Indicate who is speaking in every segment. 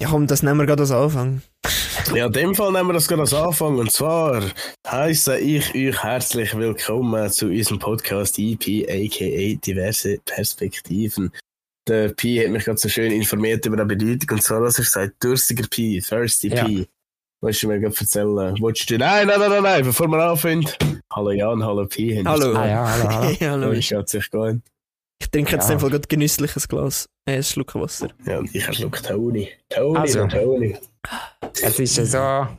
Speaker 1: Ja, komm, das nehmen wir gerade als Anfang.
Speaker 2: Ja, in dem Fall nehmen wir das gerade als Anfang. Und zwar heiße ich euch herzlich willkommen zu unserem Podcast E EP, aka Diverse Perspektiven. Der Pi hat mich gerade so schön informiert über die Bedeutung. Und zwar, was er sagt, durstiger Pi, thirsty
Speaker 1: Ja.
Speaker 2: Pi. Willst du mir gerade erzählen? Willst du... Nein, nein, nein, nein, nein, bevor wir anfangen. Hallo Jan, hallo Pi. haben wir
Speaker 1: Hallo.
Speaker 3: Ah ja, hallo, hallo.
Speaker 1: ja,
Speaker 2: gesagt.
Speaker 1: logisch.
Speaker 2: Ich geht's euch gut.
Speaker 1: Ich trinke jetzt
Speaker 3: Ja.
Speaker 1: in dem Fall gerade genüssliches Glas. Äh, ein Schluck Wasser.
Speaker 2: Ja, und ich schluck Toni. Toni,
Speaker 3: Also.
Speaker 2: Toni.
Speaker 3: Es ist ja so,
Speaker 2: Ja.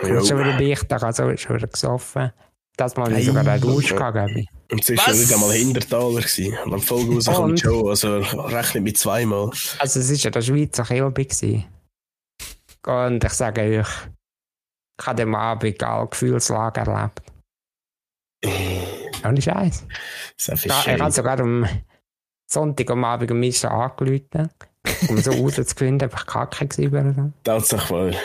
Speaker 3: kommt schon wieder Beichtag, also schon wieder gesoffen. Das Mal
Speaker 1: Ei.
Speaker 3: ist sogar der Dusch gegangen.
Speaker 2: Und sie war schon
Speaker 1: Was?
Speaker 2: nicht einmal Hintertaler. gewesen. Und am Folge rauskommt
Speaker 3: Und?
Speaker 2: schon, also rechnet mit zweimal.
Speaker 3: Also es ist ja der Schweizer Kilbe gewesen. Und ich sage euch, ich habe am Abend alle Gefühlslagen erlebt. Ohne Scheiß.
Speaker 2: Das ist einfach
Speaker 3: Er hat
Speaker 2: schön.
Speaker 3: sogar am Sonntag am Abend am meisten angerufen, um so rauszufinden, ob ich kacke gewesen bin. oder so.
Speaker 2: Tatsache mal.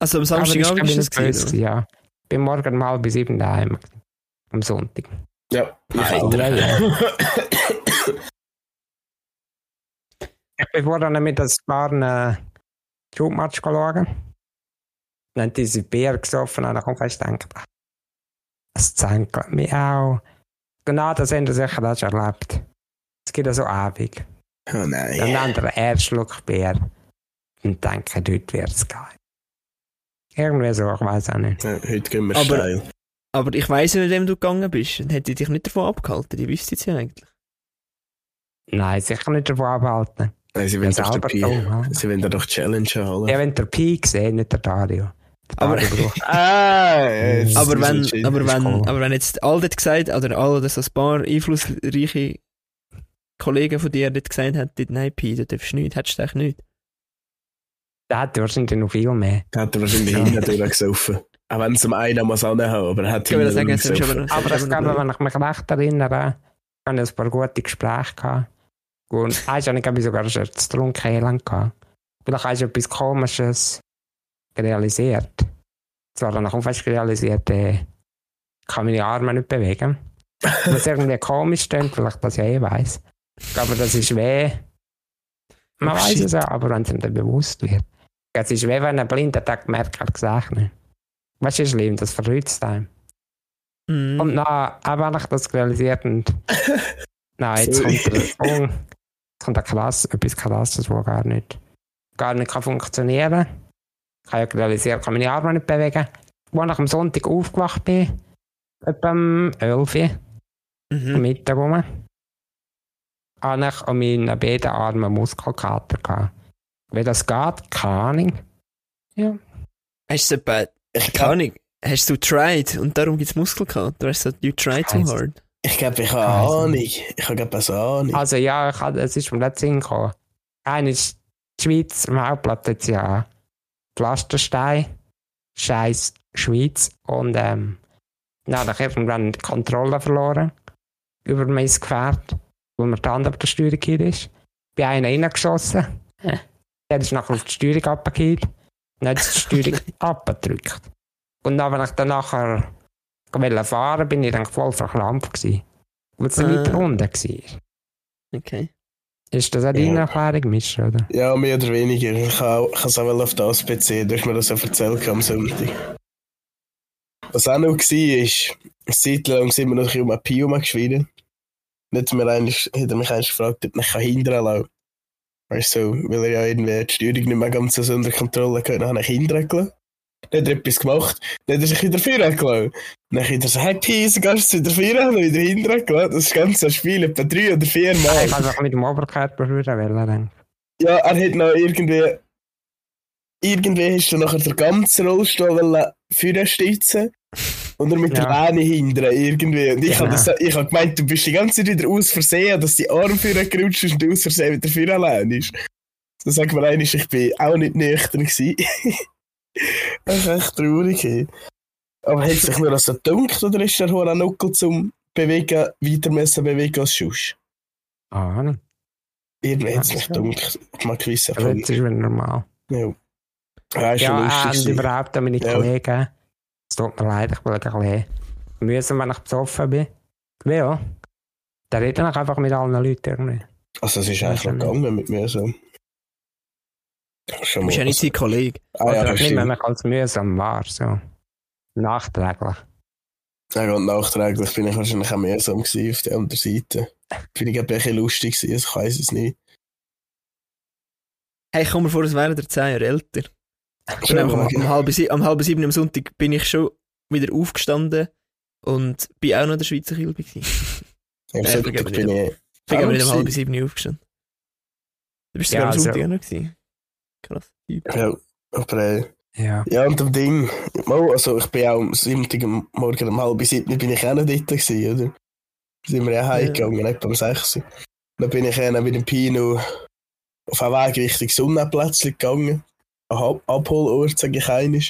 Speaker 1: Also am
Speaker 3: Aber das
Speaker 1: Samstagabend
Speaker 3: war
Speaker 1: ist es
Speaker 3: nicht böse,
Speaker 1: gewesen.
Speaker 3: gewesen, ja. Bin morgen mal bis sieben daheim. Am Sonntag.
Speaker 2: Ja, ich
Speaker 3: Alter.
Speaker 2: auch.
Speaker 3: Ich bin vorhin mit ein paar äh, Schubmatsch schauen. Dann haben diese Bier gesoffen und dann kommt ich denke, es zänkelt mich auch. Genau das haben wir sicher auch schon erlebt. Es gibt ja so Abend.
Speaker 2: Oh nein.
Speaker 3: Dann yeah. anderen ersten Schluck Bier und denken, heute wird es geil. Irgendwie so, ich weiß auch nicht.
Speaker 2: Ja, Heute gehen wir
Speaker 1: Aber-
Speaker 2: steil.
Speaker 1: Aber ich weiss, in dem du gegangen bist. Dann hätte ich dich nicht davon abgehalten. Ich wüsste es ja eigentlich.
Speaker 3: Nein, sicher nicht davon abhalten.
Speaker 2: Nein, sie
Speaker 3: Ja,
Speaker 2: wollen doch den
Speaker 3: selber
Speaker 2: Pi.
Speaker 3: dumm,
Speaker 2: Sie wollen da doch Challenge holen.
Speaker 3: Ja, wenn der Pi gesehen, nicht der Dario. Der
Speaker 1: Aber-
Speaker 3: Dario braucht-
Speaker 2: Ah, jetzt-
Speaker 1: Aber
Speaker 2: das
Speaker 1: wenn,
Speaker 2: ist entschieden.
Speaker 1: aber,
Speaker 2: Das ist
Speaker 1: wenn,
Speaker 2: cool.
Speaker 1: aber wenn jetzt all das gesagt oder all das ein paar einflussreiche Kollegen von dir dort gesagt hätten, nein, Pi, du darfst nicht, hättest du eigentlich nicht.
Speaker 3: der hat wahrscheinlich noch viel mehr.
Speaker 2: Dann hat er wahrscheinlich
Speaker 3: Ja.
Speaker 2: hinten durchgesoffen. Auch wenn es am einen muss anhaben, aber er hat
Speaker 1: Ich würde sagen,
Speaker 2: hinten
Speaker 1: es ist aber
Speaker 2: durchgesoffen.
Speaker 1: noch.
Speaker 3: Aber
Speaker 1: es
Speaker 3: das
Speaker 1: ist
Speaker 3: kann
Speaker 1: noch
Speaker 3: man, wenn ich mich recht erinnere, ich hatte ein paar gute Gespräche. Gehabt. Und eins habe ich glaube ich, sogar schon zu trunken Elend gehabt. Vielleicht hast du etwas Komisches realisiert. Zwar dann auch fast realisiert, äh, ich kann meine Arme nicht bewegen. Was irgendwie komisch klingt, weil ich das ja eh weiss. Aber das ist weh. Man
Speaker 1: Oh,
Speaker 3: weiß
Speaker 1: shit.
Speaker 3: es ja, aber wenn es ihm dann bewusst wird. Es ist weh, wenn ein Blinder Tag merkt, er hat gesagt nicht. Weißt du, ist schlimm, das verrückt einem.
Speaker 1: Mhm.
Speaker 3: Und na, auch wenn ich das realisiert und. Nein, jetzt
Speaker 2: Sorry.
Speaker 3: kommt der Sprung. Jetzt kommt der Klasse, etwas Krasses, das gar nicht, gar nicht kann funktionieren kann. Ich habe ja realisiert, kann meine Arme nicht bewegen. Als ich am Sonntag aufgewacht bin, etwa um 11 Uhr, am
Speaker 1: Mhm.
Speaker 3: Mittag rum, habe ich an meinen beiden Armen einen Muskelkater gehabt. Wie das geht, keine Ahnung.
Speaker 1: Hast du etwa, keine
Speaker 2: Ich kann
Speaker 1: Ahnung, hast du tried und darum gibt es Muskelkater? Weißt du, so, you tried too
Speaker 3: Scheiße.
Speaker 1: hard.
Speaker 2: Ich glaube, ich habe eine Ahnung. Ich habe gerade eine Ahnung.
Speaker 3: Also ja, ich hab, es ist mir nicht Sinn gekommen. Einer ist die Schweiz am Hauptplatz jetzt ja Pflasterstein, scheiß Schweiz und ähm, dann habe ich irgendwann die Kontrolle verloren über mein Gefährt, wo mir die Hand auf der Steuerung hielt ist. Bin einer reingeschossen, der ist nachher auf die Steuerung abgehielt und hat die Steuerung abgedrückt. Und dann, wenn ich dann nachher wollte fahren bin ich dann voll verkrampft gewesen, weil es
Speaker 1: Ah.
Speaker 3: nicht runter war.
Speaker 1: Okay.
Speaker 3: Ist das auch
Speaker 2: Ja.
Speaker 3: deine Erklärung, Misch, oder?
Speaker 2: Ja, mehr oder weniger. Ich kann ich kann es auch mal auf das beziehen, durch mir das auch erzählt am Sonntag. Was auch noch war, ist, eine Zeit lang sind wir noch ein bisschen um ein Pi herumgeschwirrt. Nicht mehr eines, hat er mich eines gefragt, ob ich mich hindern lassen kann. Weißt du, so, weil er ja irgendwie die Steuerung nicht mehr ganz so unter Kontrolle hatte, dann habe ich hindern gelassen. Dann hat er etwas gemacht, dann hat er sich wieder vorher gelassen. Dann hat er so, hey Pi, so gehst du wieder vorher, dann wieder hindern gelassen. Das ist ganz so ein Spiel, etwa drei oder vier Mal.
Speaker 3: Ich kann es auch mit dem Oberkörper berühren, weil er denkt.
Speaker 2: Ja, er hat noch irgendwie. Irgendwie hast du nachher den ganzen Rollstuhl wollen vorne stützen und er mit der
Speaker 3: Ja.
Speaker 2: Lehne hindern irgendwie. Und ich
Speaker 3: Genau.
Speaker 2: habe das- ich habe gemeint, du bist die ganze Zeit wieder aus Versehen, dass die Arme vorne gerutscht ist und du aus Versehen wieder vorne allein ist. Da sagt man einisch, ich bin auch nicht nüchtern gewesen. das ist echt traurig. ey. Aber hat sich nur noch so gedunkt oder ist der Horanuckel zum Bewegen weiter müssen bewegen als sonst?
Speaker 3: Ah, Ahnung.
Speaker 2: Irgendwie hat es mich
Speaker 3: Ja.
Speaker 2: gedunkt. Ich mag wissen,
Speaker 3: Aber Also, jetzt ist wieder normal.
Speaker 2: Ja. Ja, ist schon
Speaker 3: Ja, äh, und
Speaker 2: lustig. gewesen.
Speaker 3: überhaupt an meine
Speaker 2: Ja.
Speaker 3: Kollegen. Es tut mir leid, ich will ein bisschen müssen, wenn ich besoffen bin. Weil, da rede ich einfach mit allen Leuten irgendwie.
Speaker 1: Mhm.
Speaker 2: also, es ist
Speaker 3: Ja,
Speaker 2: eigentlich noch
Speaker 3: schon.
Speaker 2: gegangen mit mir so. Schon
Speaker 1: Du bist ja nicht sein Kollege.
Speaker 2: ah, ja,
Speaker 3: Oder nicht, wenn
Speaker 2: stimmt.
Speaker 3: man ganz mühsam war, so. Nachträglich.
Speaker 2: Ja, gerade nachträglich bin ich wahrscheinlich auch mühsam gewesen auf der anderen Seite. Bin ich gerade ein bisschen lustig gewesen, also ich weiß es nicht.
Speaker 1: Hey, ich komme mir vor, es wären der 10 Jahre älter. Bin einfach am,
Speaker 2: genau.
Speaker 1: am, halben, sie- am halben sieben am Sonntag bin ich schon wieder aufgestanden und bin auch noch in der Schweizer Kilbe gewesen.
Speaker 2: Am
Speaker 1: Nein,
Speaker 2: Sonntag
Speaker 1: vergeben
Speaker 2: bin ich.
Speaker 1: Ich bin aber nicht am
Speaker 2: Auch
Speaker 1: halben
Speaker 2: gewesen.
Speaker 1: sieben aufgestanden. Du bist
Speaker 3: Ja,
Speaker 1: sogar am
Speaker 3: also-
Speaker 1: Sonntag auch noch gewesen. Krass. Typ.
Speaker 2: Ja, aber, äh,
Speaker 3: Ja.
Speaker 2: ja, und am Ding. Mal, also ich bin auch am Sonntag am Morgen um halb sieben bin ich auch noch dort gewesen, oder? Sind wir ja heimgegangen, etwa um sechs. Uhr. Dann bin ich dann mit dem Pino auf den Weg Richtung Sonnenplätzchen gegangen. An Ab Abholort, sage ich einmal.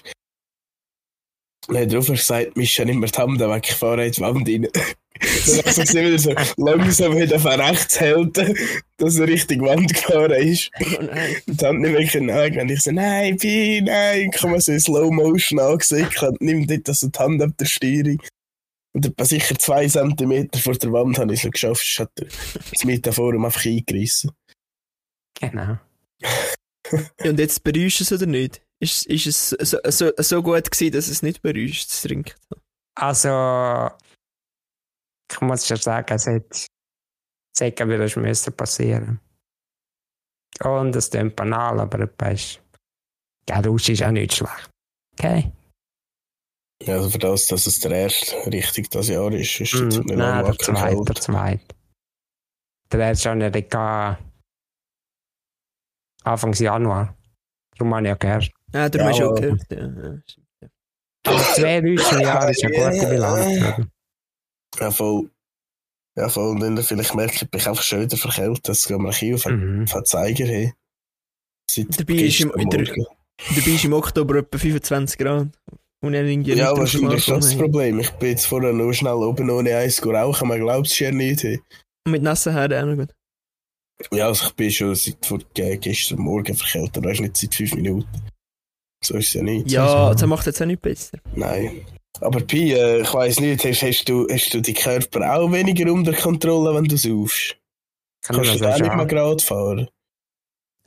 Speaker 2: Dann hat er aufgehört gesagt, wir schon immer die Hand weg, ich fahre jetzt die Wand rein. Dann hat er sich wieder so langsam wieder von rechts halten, dass er Richtung Wand gefahren ist.
Speaker 1: Oh nein.
Speaker 2: Und dann nicht wirklich nachgegangen. Ich so, nein, Pi, nein, ich komme so in Slow Motion angesickert, nimm dort also die Hand ab der Steuerung. Und etwa sicher zwei Zentimeter vor der Wand habe ich es noch geschafft, es hat er das Metaforum einfach eingerissen.
Speaker 3: Genau.
Speaker 1: Ja, und jetzt bereust du es oder nicht? Ist, ist es so, so, so gut gewesen, dass es nicht bereust, zu trinken?
Speaker 3: Also, ich muss schon sagen, es hat sicher wieder es müsste passieren. Und es klingt banal, aber etwas ist. Der Rausch ist auch nicht schlecht. Okay?
Speaker 2: Ja, also für das, dass es der erste richtig das Jahr ist, ist
Speaker 3: Mhm.
Speaker 2: jetzt nicht
Speaker 3: Nein, der
Speaker 2: wacker
Speaker 3: zweite, der
Speaker 2: kalt.
Speaker 3: zweite. Der erste schon nicht gegangen. Anfangs Januar. Darum habe ich ja gehört.
Speaker 1: Ah, darum
Speaker 2: Ja,
Speaker 1: hast du auch
Speaker 2: aber-
Speaker 1: gehört. Ja, ja.
Speaker 3: Aber zwei Rausch im Jahr ist eine gute Bilanz. oder?
Speaker 2: Ja, voll. Ja, voll. Und wenn ihr vielleicht merkt, ich bin einfach schon wieder verkältet, jetzt gehen wir ein bisschen auf den-
Speaker 3: Mhm.
Speaker 2: auf den Zeiger hin. Seit
Speaker 1: Dabei ist im-
Speaker 2: gestern
Speaker 1: der-
Speaker 2: Morgen.
Speaker 1: Dabei ist im Oktober etwa 25 Grad. Und dann irgendwie
Speaker 2: Ja,
Speaker 1: nicht
Speaker 2: wahrscheinlich ist
Speaker 1: rausgelaufen.
Speaker 2: das das Problem. Ich bin jetzt vorher nur schnell oben ohne Eis rauchen, man glaubt es ja nicht. hey.
Speaker 1: Und mit nassen Haaren auch noch gut.
Speaker 2: Ja, also ich bin schon seit vor, äh, gestern Morgen verkältet, weißt du, nicht seit fünf Minuten. So ist es ja nicht.
Speaker 1: Ja, das macht jetzt auch nicht besser.
Speaker 2: Nein. Aber Pi, äh, ich weiss nicht, hast, hast, du, hast du die Körper auch weniger unter Kontrolle, wenn du saufst?
Speaker 3: Kann
Speaker 2: Kannst
Speaker 3: ich
Speaker 2: du
Speaker 3: das
Speaker 2: da
Speaker 3: auch
Speaker 2: nicht
Speaker 3: sagen.
Speaker 2: mal gerade fahren?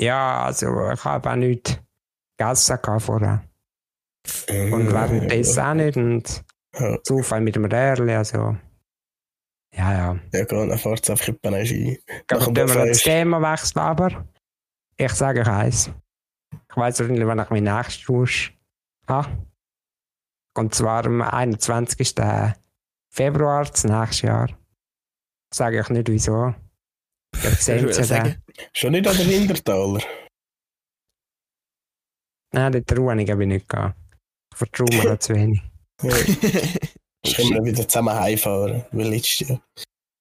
Speaker 3: Ja, also ich habe auch nicht gegessen gehabt vorher. Und währenddessen auch nicht. Und
Speaker 2: Ja.
Speaker 3: Zufall mit dem Röhrli, also. Ja, ja.
Speaker 2: Ja, geh, dann fahrt es einfach in die Energie. kommt
Speaker 3: Aber tun
Speaker 2: der
Speaker 3: wir das
Speaker 2: Fleisch.
Speaker 3: Thema wechseln, aber ich sage euch eins. Ich weiß auch nicht, wann ich meinen nächsten Rausch habe. Und zwar am 21. Februar, das nächste Jahr. Sage ich nicht wieso. Ich sehe es ja dann.
Speaker 1: sagen.
Speaker 2: Schon nicht an der Hintertaler.
Speaker 3: Nein, die Trauungen bin ich nicht gegangen. Ich vertraue mir noch zu wenig.
Speaker 2: Ja, jetzt können wir wieder zusammen heimfahren, wie letztes Jahr.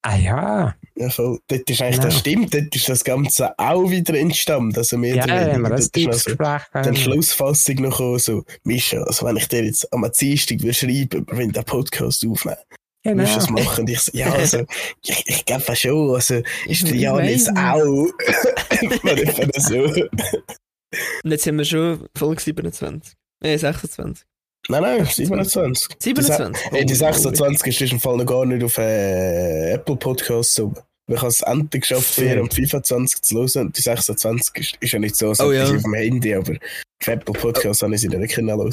Speaker 3: Ah ja.
Speaker 2: Ja, voll. Dort ist eigentlich,
Speaker 3: Nein.
Speaker 2: das stimmt, dort ist das Ganze auch wieder entstanden. Also mehr
Speaker 3: Ja,
Speaker 2: oder
Speaker 3: ja,
Speaker 2: weniger.
Speaker 3: haben wir das
Speaker 2: Dort ist noch so-
Speaker 3: Tippsgespräch
Speaker 1: Ah.
Speaker 2: dann
Speaker 3: gehabt.
Speaker 2: Schlussfassung noch gekommen, so, Mischa, also wenn ich dir jetzt am Dienstag will schreiben wir wollen den Podcast aufnehmen,
Speaker 3: Genau.
Speaker 2: willst du das machen? Und ich so, ja, also, ich, ich glaube schon, also, ist der
Speaker 1: Ich
Speaker 2: Janis
Speaker 1: weiss nicht.
Speaker 2: auch. Oder etwa so.
Speaker 1: Und jetzt sind wir schon Folge 27. Nein, 26.
Speaker 2: Nein, nein, 27. Die
Speaker 1: 27.
Speaker 2: Sa- Ey, die
Speaker 1: Oh,
Speaker 2: 26 ist im Fall noch gar nicht auf äh, Apple Podcasts oben. Wir haben es endlich geschafft,
Speaker 3: Stimmt.
Speaker 2: vier und 25 zu hören. Und die 26 ist, ist ja nicht so, als
Speaker 1: Oh,
Speaker 2: hätte ich
Speaker 1: ja.
Speaker 2: sie auf dem Handy, aber auf Apple Podcasts habe ich sie nicht können hören.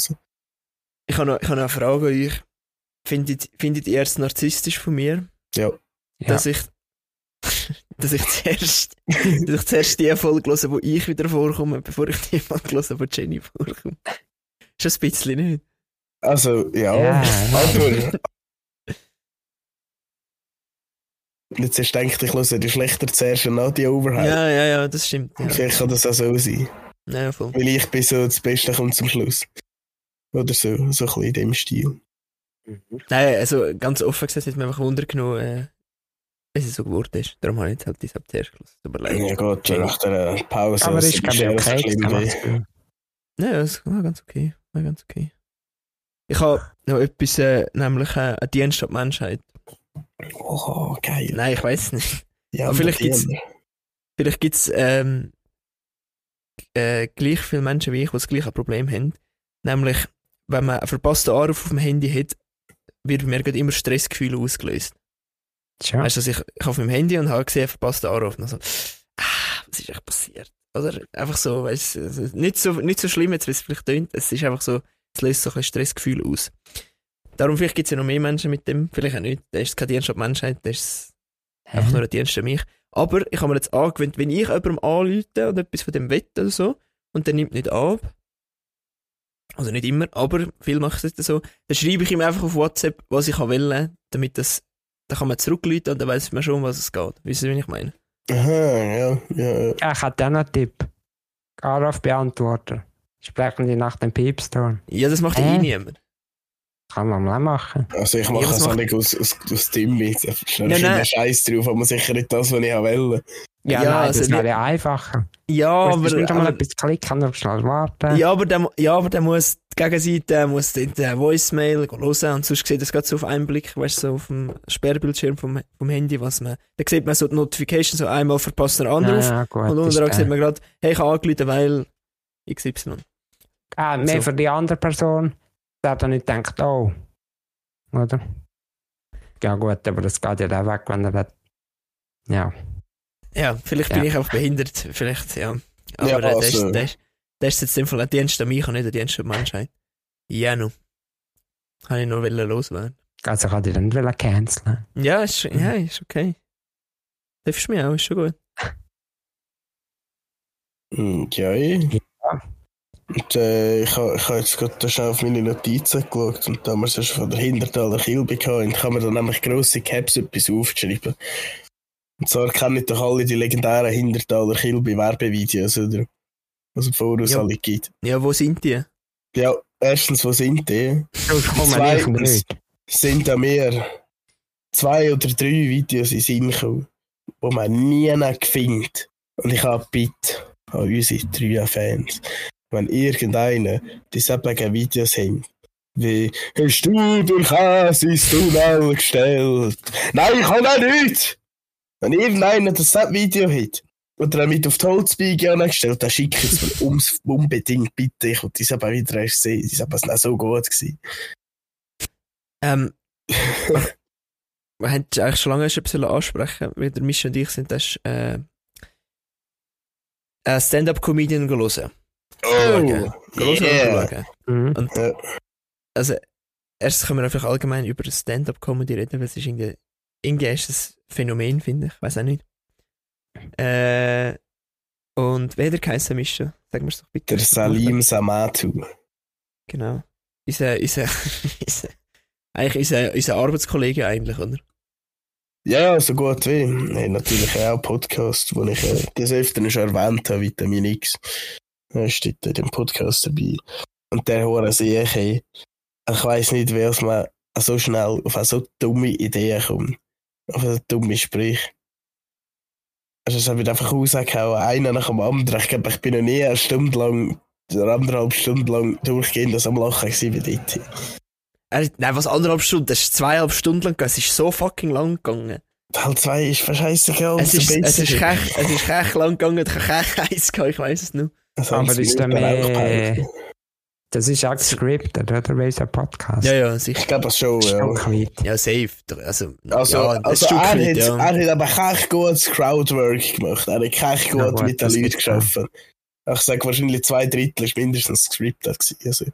Speaker 1: Ich habe noch, ich habe noch eine Frage an euch. Findet, findet ihr es narzisstisch von mir,
Speaker 3: Ja.
Speaker 1: dass ich. dass ich zuerst. dass ich zuerst die Folge höre, wo ich wieder vorkomme, bevor ich die Folge höre, wo Jenny vorkommt? Schon ein bisschen nicht.
Speaker 2: Also, ja. nou.
Speaker 3: Ja.
Speaker 2: Aber. Jetzt hast du gedacht, ich höre die schlechter zuerst und dann die Overhead.
Speaker 1: Ja, ja, ja, das stimmt. Ja,
Speaker 2: Vielleicht kann das auch so sein.
Speaker 1: ja voll.
Speaker 2: Weil ich bin so das Beste kommt zum Schluss. Oder so, so ein bisschen in dem Stil.
Speaker 1: Nein, also ganz offen gesagt, hat mich einfach Wunder genommen, äh, dass es so geworden ist. Darum habe ich jetzt halt die ab zuerst gelassen. Tut mir leid.
Speaker 2: Ja gut, ja, nach der äh, Pause.
Speaker 3: Aber
Speaker 2: es
Speaker 3: ist, glaube ich,
Speaker 2: eher
Speaker 3: okay.
Speaker 2: schlimm
Speaker 3: gewesen, habe ich
Speaker 2: wie-
Speaker 3: das Gefühl.
Speaker 1: Nein, das war ganz okay. War ganz okay. Ich habe noch etwas, äh, nämlich äh, ein Dienst an die Menschheit.
Speaker 2: Oh, geil.
Speaker 1: Nein, ich weiß nicht.
Speaker 2: Ja,
Speaker 1: aber vielleicht
Speaker 2: mit
Speaker 1: gibt's-
Speaker 2: dir.
Speaker 1: Vielleicht gibt es ähm, äh, gleich viele Menschen wie ich, die das gleiche Problem haben. Nämlich, wenn man einen verpassten Anruf auf dem Handy hat, wird mir gerade immer Stressgefühle ausgelöst.
Speaker 3: Tja.
Speaker 1: Weißt du, also ich, ich auf meinem Handy und habe gesehen, verpasste Anruf. Und dann so, ah, was ist eigentlich passiert? Oder einfach so, weißt du, also nicht so, nicht so schlimm, jetzt, wie es vielleicht tönt. Es ist einfach so, es löst so ein bisschen Stressgefühl aus. Darum, vielleicht gibt es ja noch mehr Menschen mit dem, vielleicht auch nicht. Da ist es kein Dienst an die Menschheit, da ist es einfach nur ein Dienst an mich. Aber ich habe mir jetzt angewöhnt, wenn ich jemandem anrufe und etwas von dem wette oder so, und der nimmt nicht ab, also nicht immer, aber viel macht es so, dann schreibe ich ihm einfach auf WhatsApp, was ich will, damit das, dann kann man zurückrufen und dann weiß man schon, um was es geht. Wisst ihr, wie ich meine?
Speaker 2: Aha, ja, ja, ja.
Speaker 3: Ja, ich habe dann noch einen Tipp. Anrufbeantworter. Sprechen die nach dem Piepston.
Speaker 1: Ja, das macht
Speaker 3: Hä?
Speaker 1: eh niemand.
Speaker 3: Kann man mal machen.
Speaker 2: Also ich
Speaker 1: Ja,
Speaker 2: mache
Speaker 1: was
Speaker 2: das auch
Speaker 1: macht-
Speaker 2: nicht aus, aus, aus Teammates. Einfach schnell
Speaker 1: Nein,
Speaker 2: einen
Speaker 1: nein.
Speaker 2: Scheiß drauf, aber sicher nicht das, was ich will.
Speaker 3: Ja,
Speaker 1: Ja, nou,
Speaker 3: nein, das
Speaker 1: also wir-
Speaker 3: wäre ja einfacher.
Speaker 1: Ja,
Speaker 3: Oh, aber,
Speaker 1: aber,
Speaker 3: du nicht einmal
Speaker 1: aber,
Speaker 3: etwas klicken und schnell warten.
Speaker 1: ja, aber der, mu- ja, aber der muss die Gegenseite muss den Voicemail hören und sonst sieht das gerade so auf einen Blick, weißt du, so auf dem Sperrbildschirm vom, vom Handy, was man. Da sieht man so die Notification, so einmal verpasst einen Anruf
Speaker 3: ja, gut,
Speaker 1: und
Speaker 3: ist
Speaker 1: unten
Speaker 3: geil.
Speaker 1: sieht man gerade, hey, ich habe angerufen, weil XY.
Speaker 3: Ah, mehr
Speaker 1: So.
Speaker 3: für die andere Person, der dann nicht denkt, oh. Oder? Ja, gut, aber das geht ja dann weg, wenn er das. Ja.
Speaker 1: Ja, vielleicht
Speaker 3: Ja.
Speaker 1: bin ich auch behindert, vielleicht, ja. Aber
Speaker 2: Ja,
Speaker 1: ja, das,
Speaker 2: also.
Speaker 1: ist, das, ist- das ist jetzt im Fall ein Dienst an mich und nicht ein Dienst an die Menschheit. Ja, nu. Kann ich nur wollen loswerden.
Speaker 3: Also kann ich dann wieder canceln.
Speaker 1: Ja, ist, ja, ist okay. Darfst du mich auch, ist schon gut.
Speaker 2: Hm, Ja, ja. Und, äh, ich habe ich hab jetzt gerade schnell auf meine Notizen geschaut und da haben wir sonst von der Hintertaler Kilbe gehabt und kann mir dann nämlich grosse Caps etwas aufschreiben. Und zwar kenne ich doch alle die legendären Hintertaler Kilbe Werbevideos, oder? Was es voraus
Speaker 1: Ja.
Speaker 2: alle gibt.
Speaker 1: Ja, wo sind die?
Speaker 2: Ja, erstens, wo sind die?
Speaker 3: Sonst komme ich
Speaker 2: Zweitens.
Speaker 3: nicht.
Speaker 2: Sind da mehr zwei oder drei Videos in Sinn gekommen, wo man nie findet. Und ich habe Bitte an unsere drei Fans, wenn irgendeiner die solchen Videos haben, wie «Hast du durch Käse ins Tunnel gestellt?» «Nein, ich kann auch nicht!» Wenn irgendeiner das solche Video hat, oder er mit auf die Holzbeige angestellt, dann schickt es mir ums, unbedingt, bitte. Ich will diese aber wieder erst sehen. Diese aber sind auch so gut gewesen.
Speaker 1: Ähm. Wir haben eigentlich schon lange schon etwas ansprechen, weil der Misch und ich sind das äh, einen Stand-up-Comedian gelesen.
Speaker 2: Oh,
Speaker 1: Gelesen
Speaker 2: yeah.
Speaker 1: und
Speaker 3: Mhm.
Speaker 1: Erstens können wir einfach allgemein über Stand-up-Comedy reden, weil es ist irgendwie, irgendwie ist das Phänomen, finde ich. Weiß auch nicht. Äh, und wer der Kaiser Mischa? Sagen wir es doch bitte.
Speaker 2: Der Salim Samatu.
Speaker 1: Genau. Unser, unser, unser, eigentlich unser, unser Arbeitskollege eigentlich, oder?
Speaker 2: Ja, so gut wie. Hey, natürlich auch einen Podcast, wo ich äh, das öfter schon erwähnt habe, Vitamin X. Er steht in dem Podcast dabei. Und der Hure sehe ich, ey. Ich weiss nicht, wie es man so schnell auf so dumme Ideen kommt. Auf so dumme Sprüche. Also, es wird einfach rausgehauen, einer nach dem anderen. Ich glaube, ich bin noch nie eine Stunde lang oder anderthalb Stunden lang durchgehend am Lachen gewesen wie dort.
Speaker 1: Er, nein, was anderthalb Stunden? Das ist zweieinhalb Stunden lang gegangen. Es ist so fucking lang gegangen.
Speaker 2: Teil 2 ist verscheißegal.
Speaker 1: es, ist, es, ist kech, es ist kech lang gegangen, ich habe kech eins gehabt, ich weiß es noch.
Speaker 3: Aber ist dann mehr. Das ist auch gescriptet, oder? Weil es ein Podcast
Speaker 1: Ja, ja, sicher.
Speaker 2: Ich glaube es schon,
Speaker 3: ist.
Speaker 2: ja.
Speaker 3: Schon weit.
Speaker 1: Ja, safe. Also,
Speaker 2: Also,
Speaker 1: ja, ein
Speaker 2: also
Speaker 1: Stück
Speaker 2: er,
Speaker 1: weit,
Speaker 2: hat,
Speaker 1: ja.
Speaker 2: er hat aber kein gutes Crowdwork gemacht. Er hat kein gut,
Speaker 3: Ja, gut,
Speaker 2: mit den
Speaker 3: das
Speaker 2: Leuten
Speaker 3: gibt's auch.
Speaker 2: geschaffen. Ich sage wahrscheinlich zwei Drittel ist mindestens gescriptet gewesen. Also,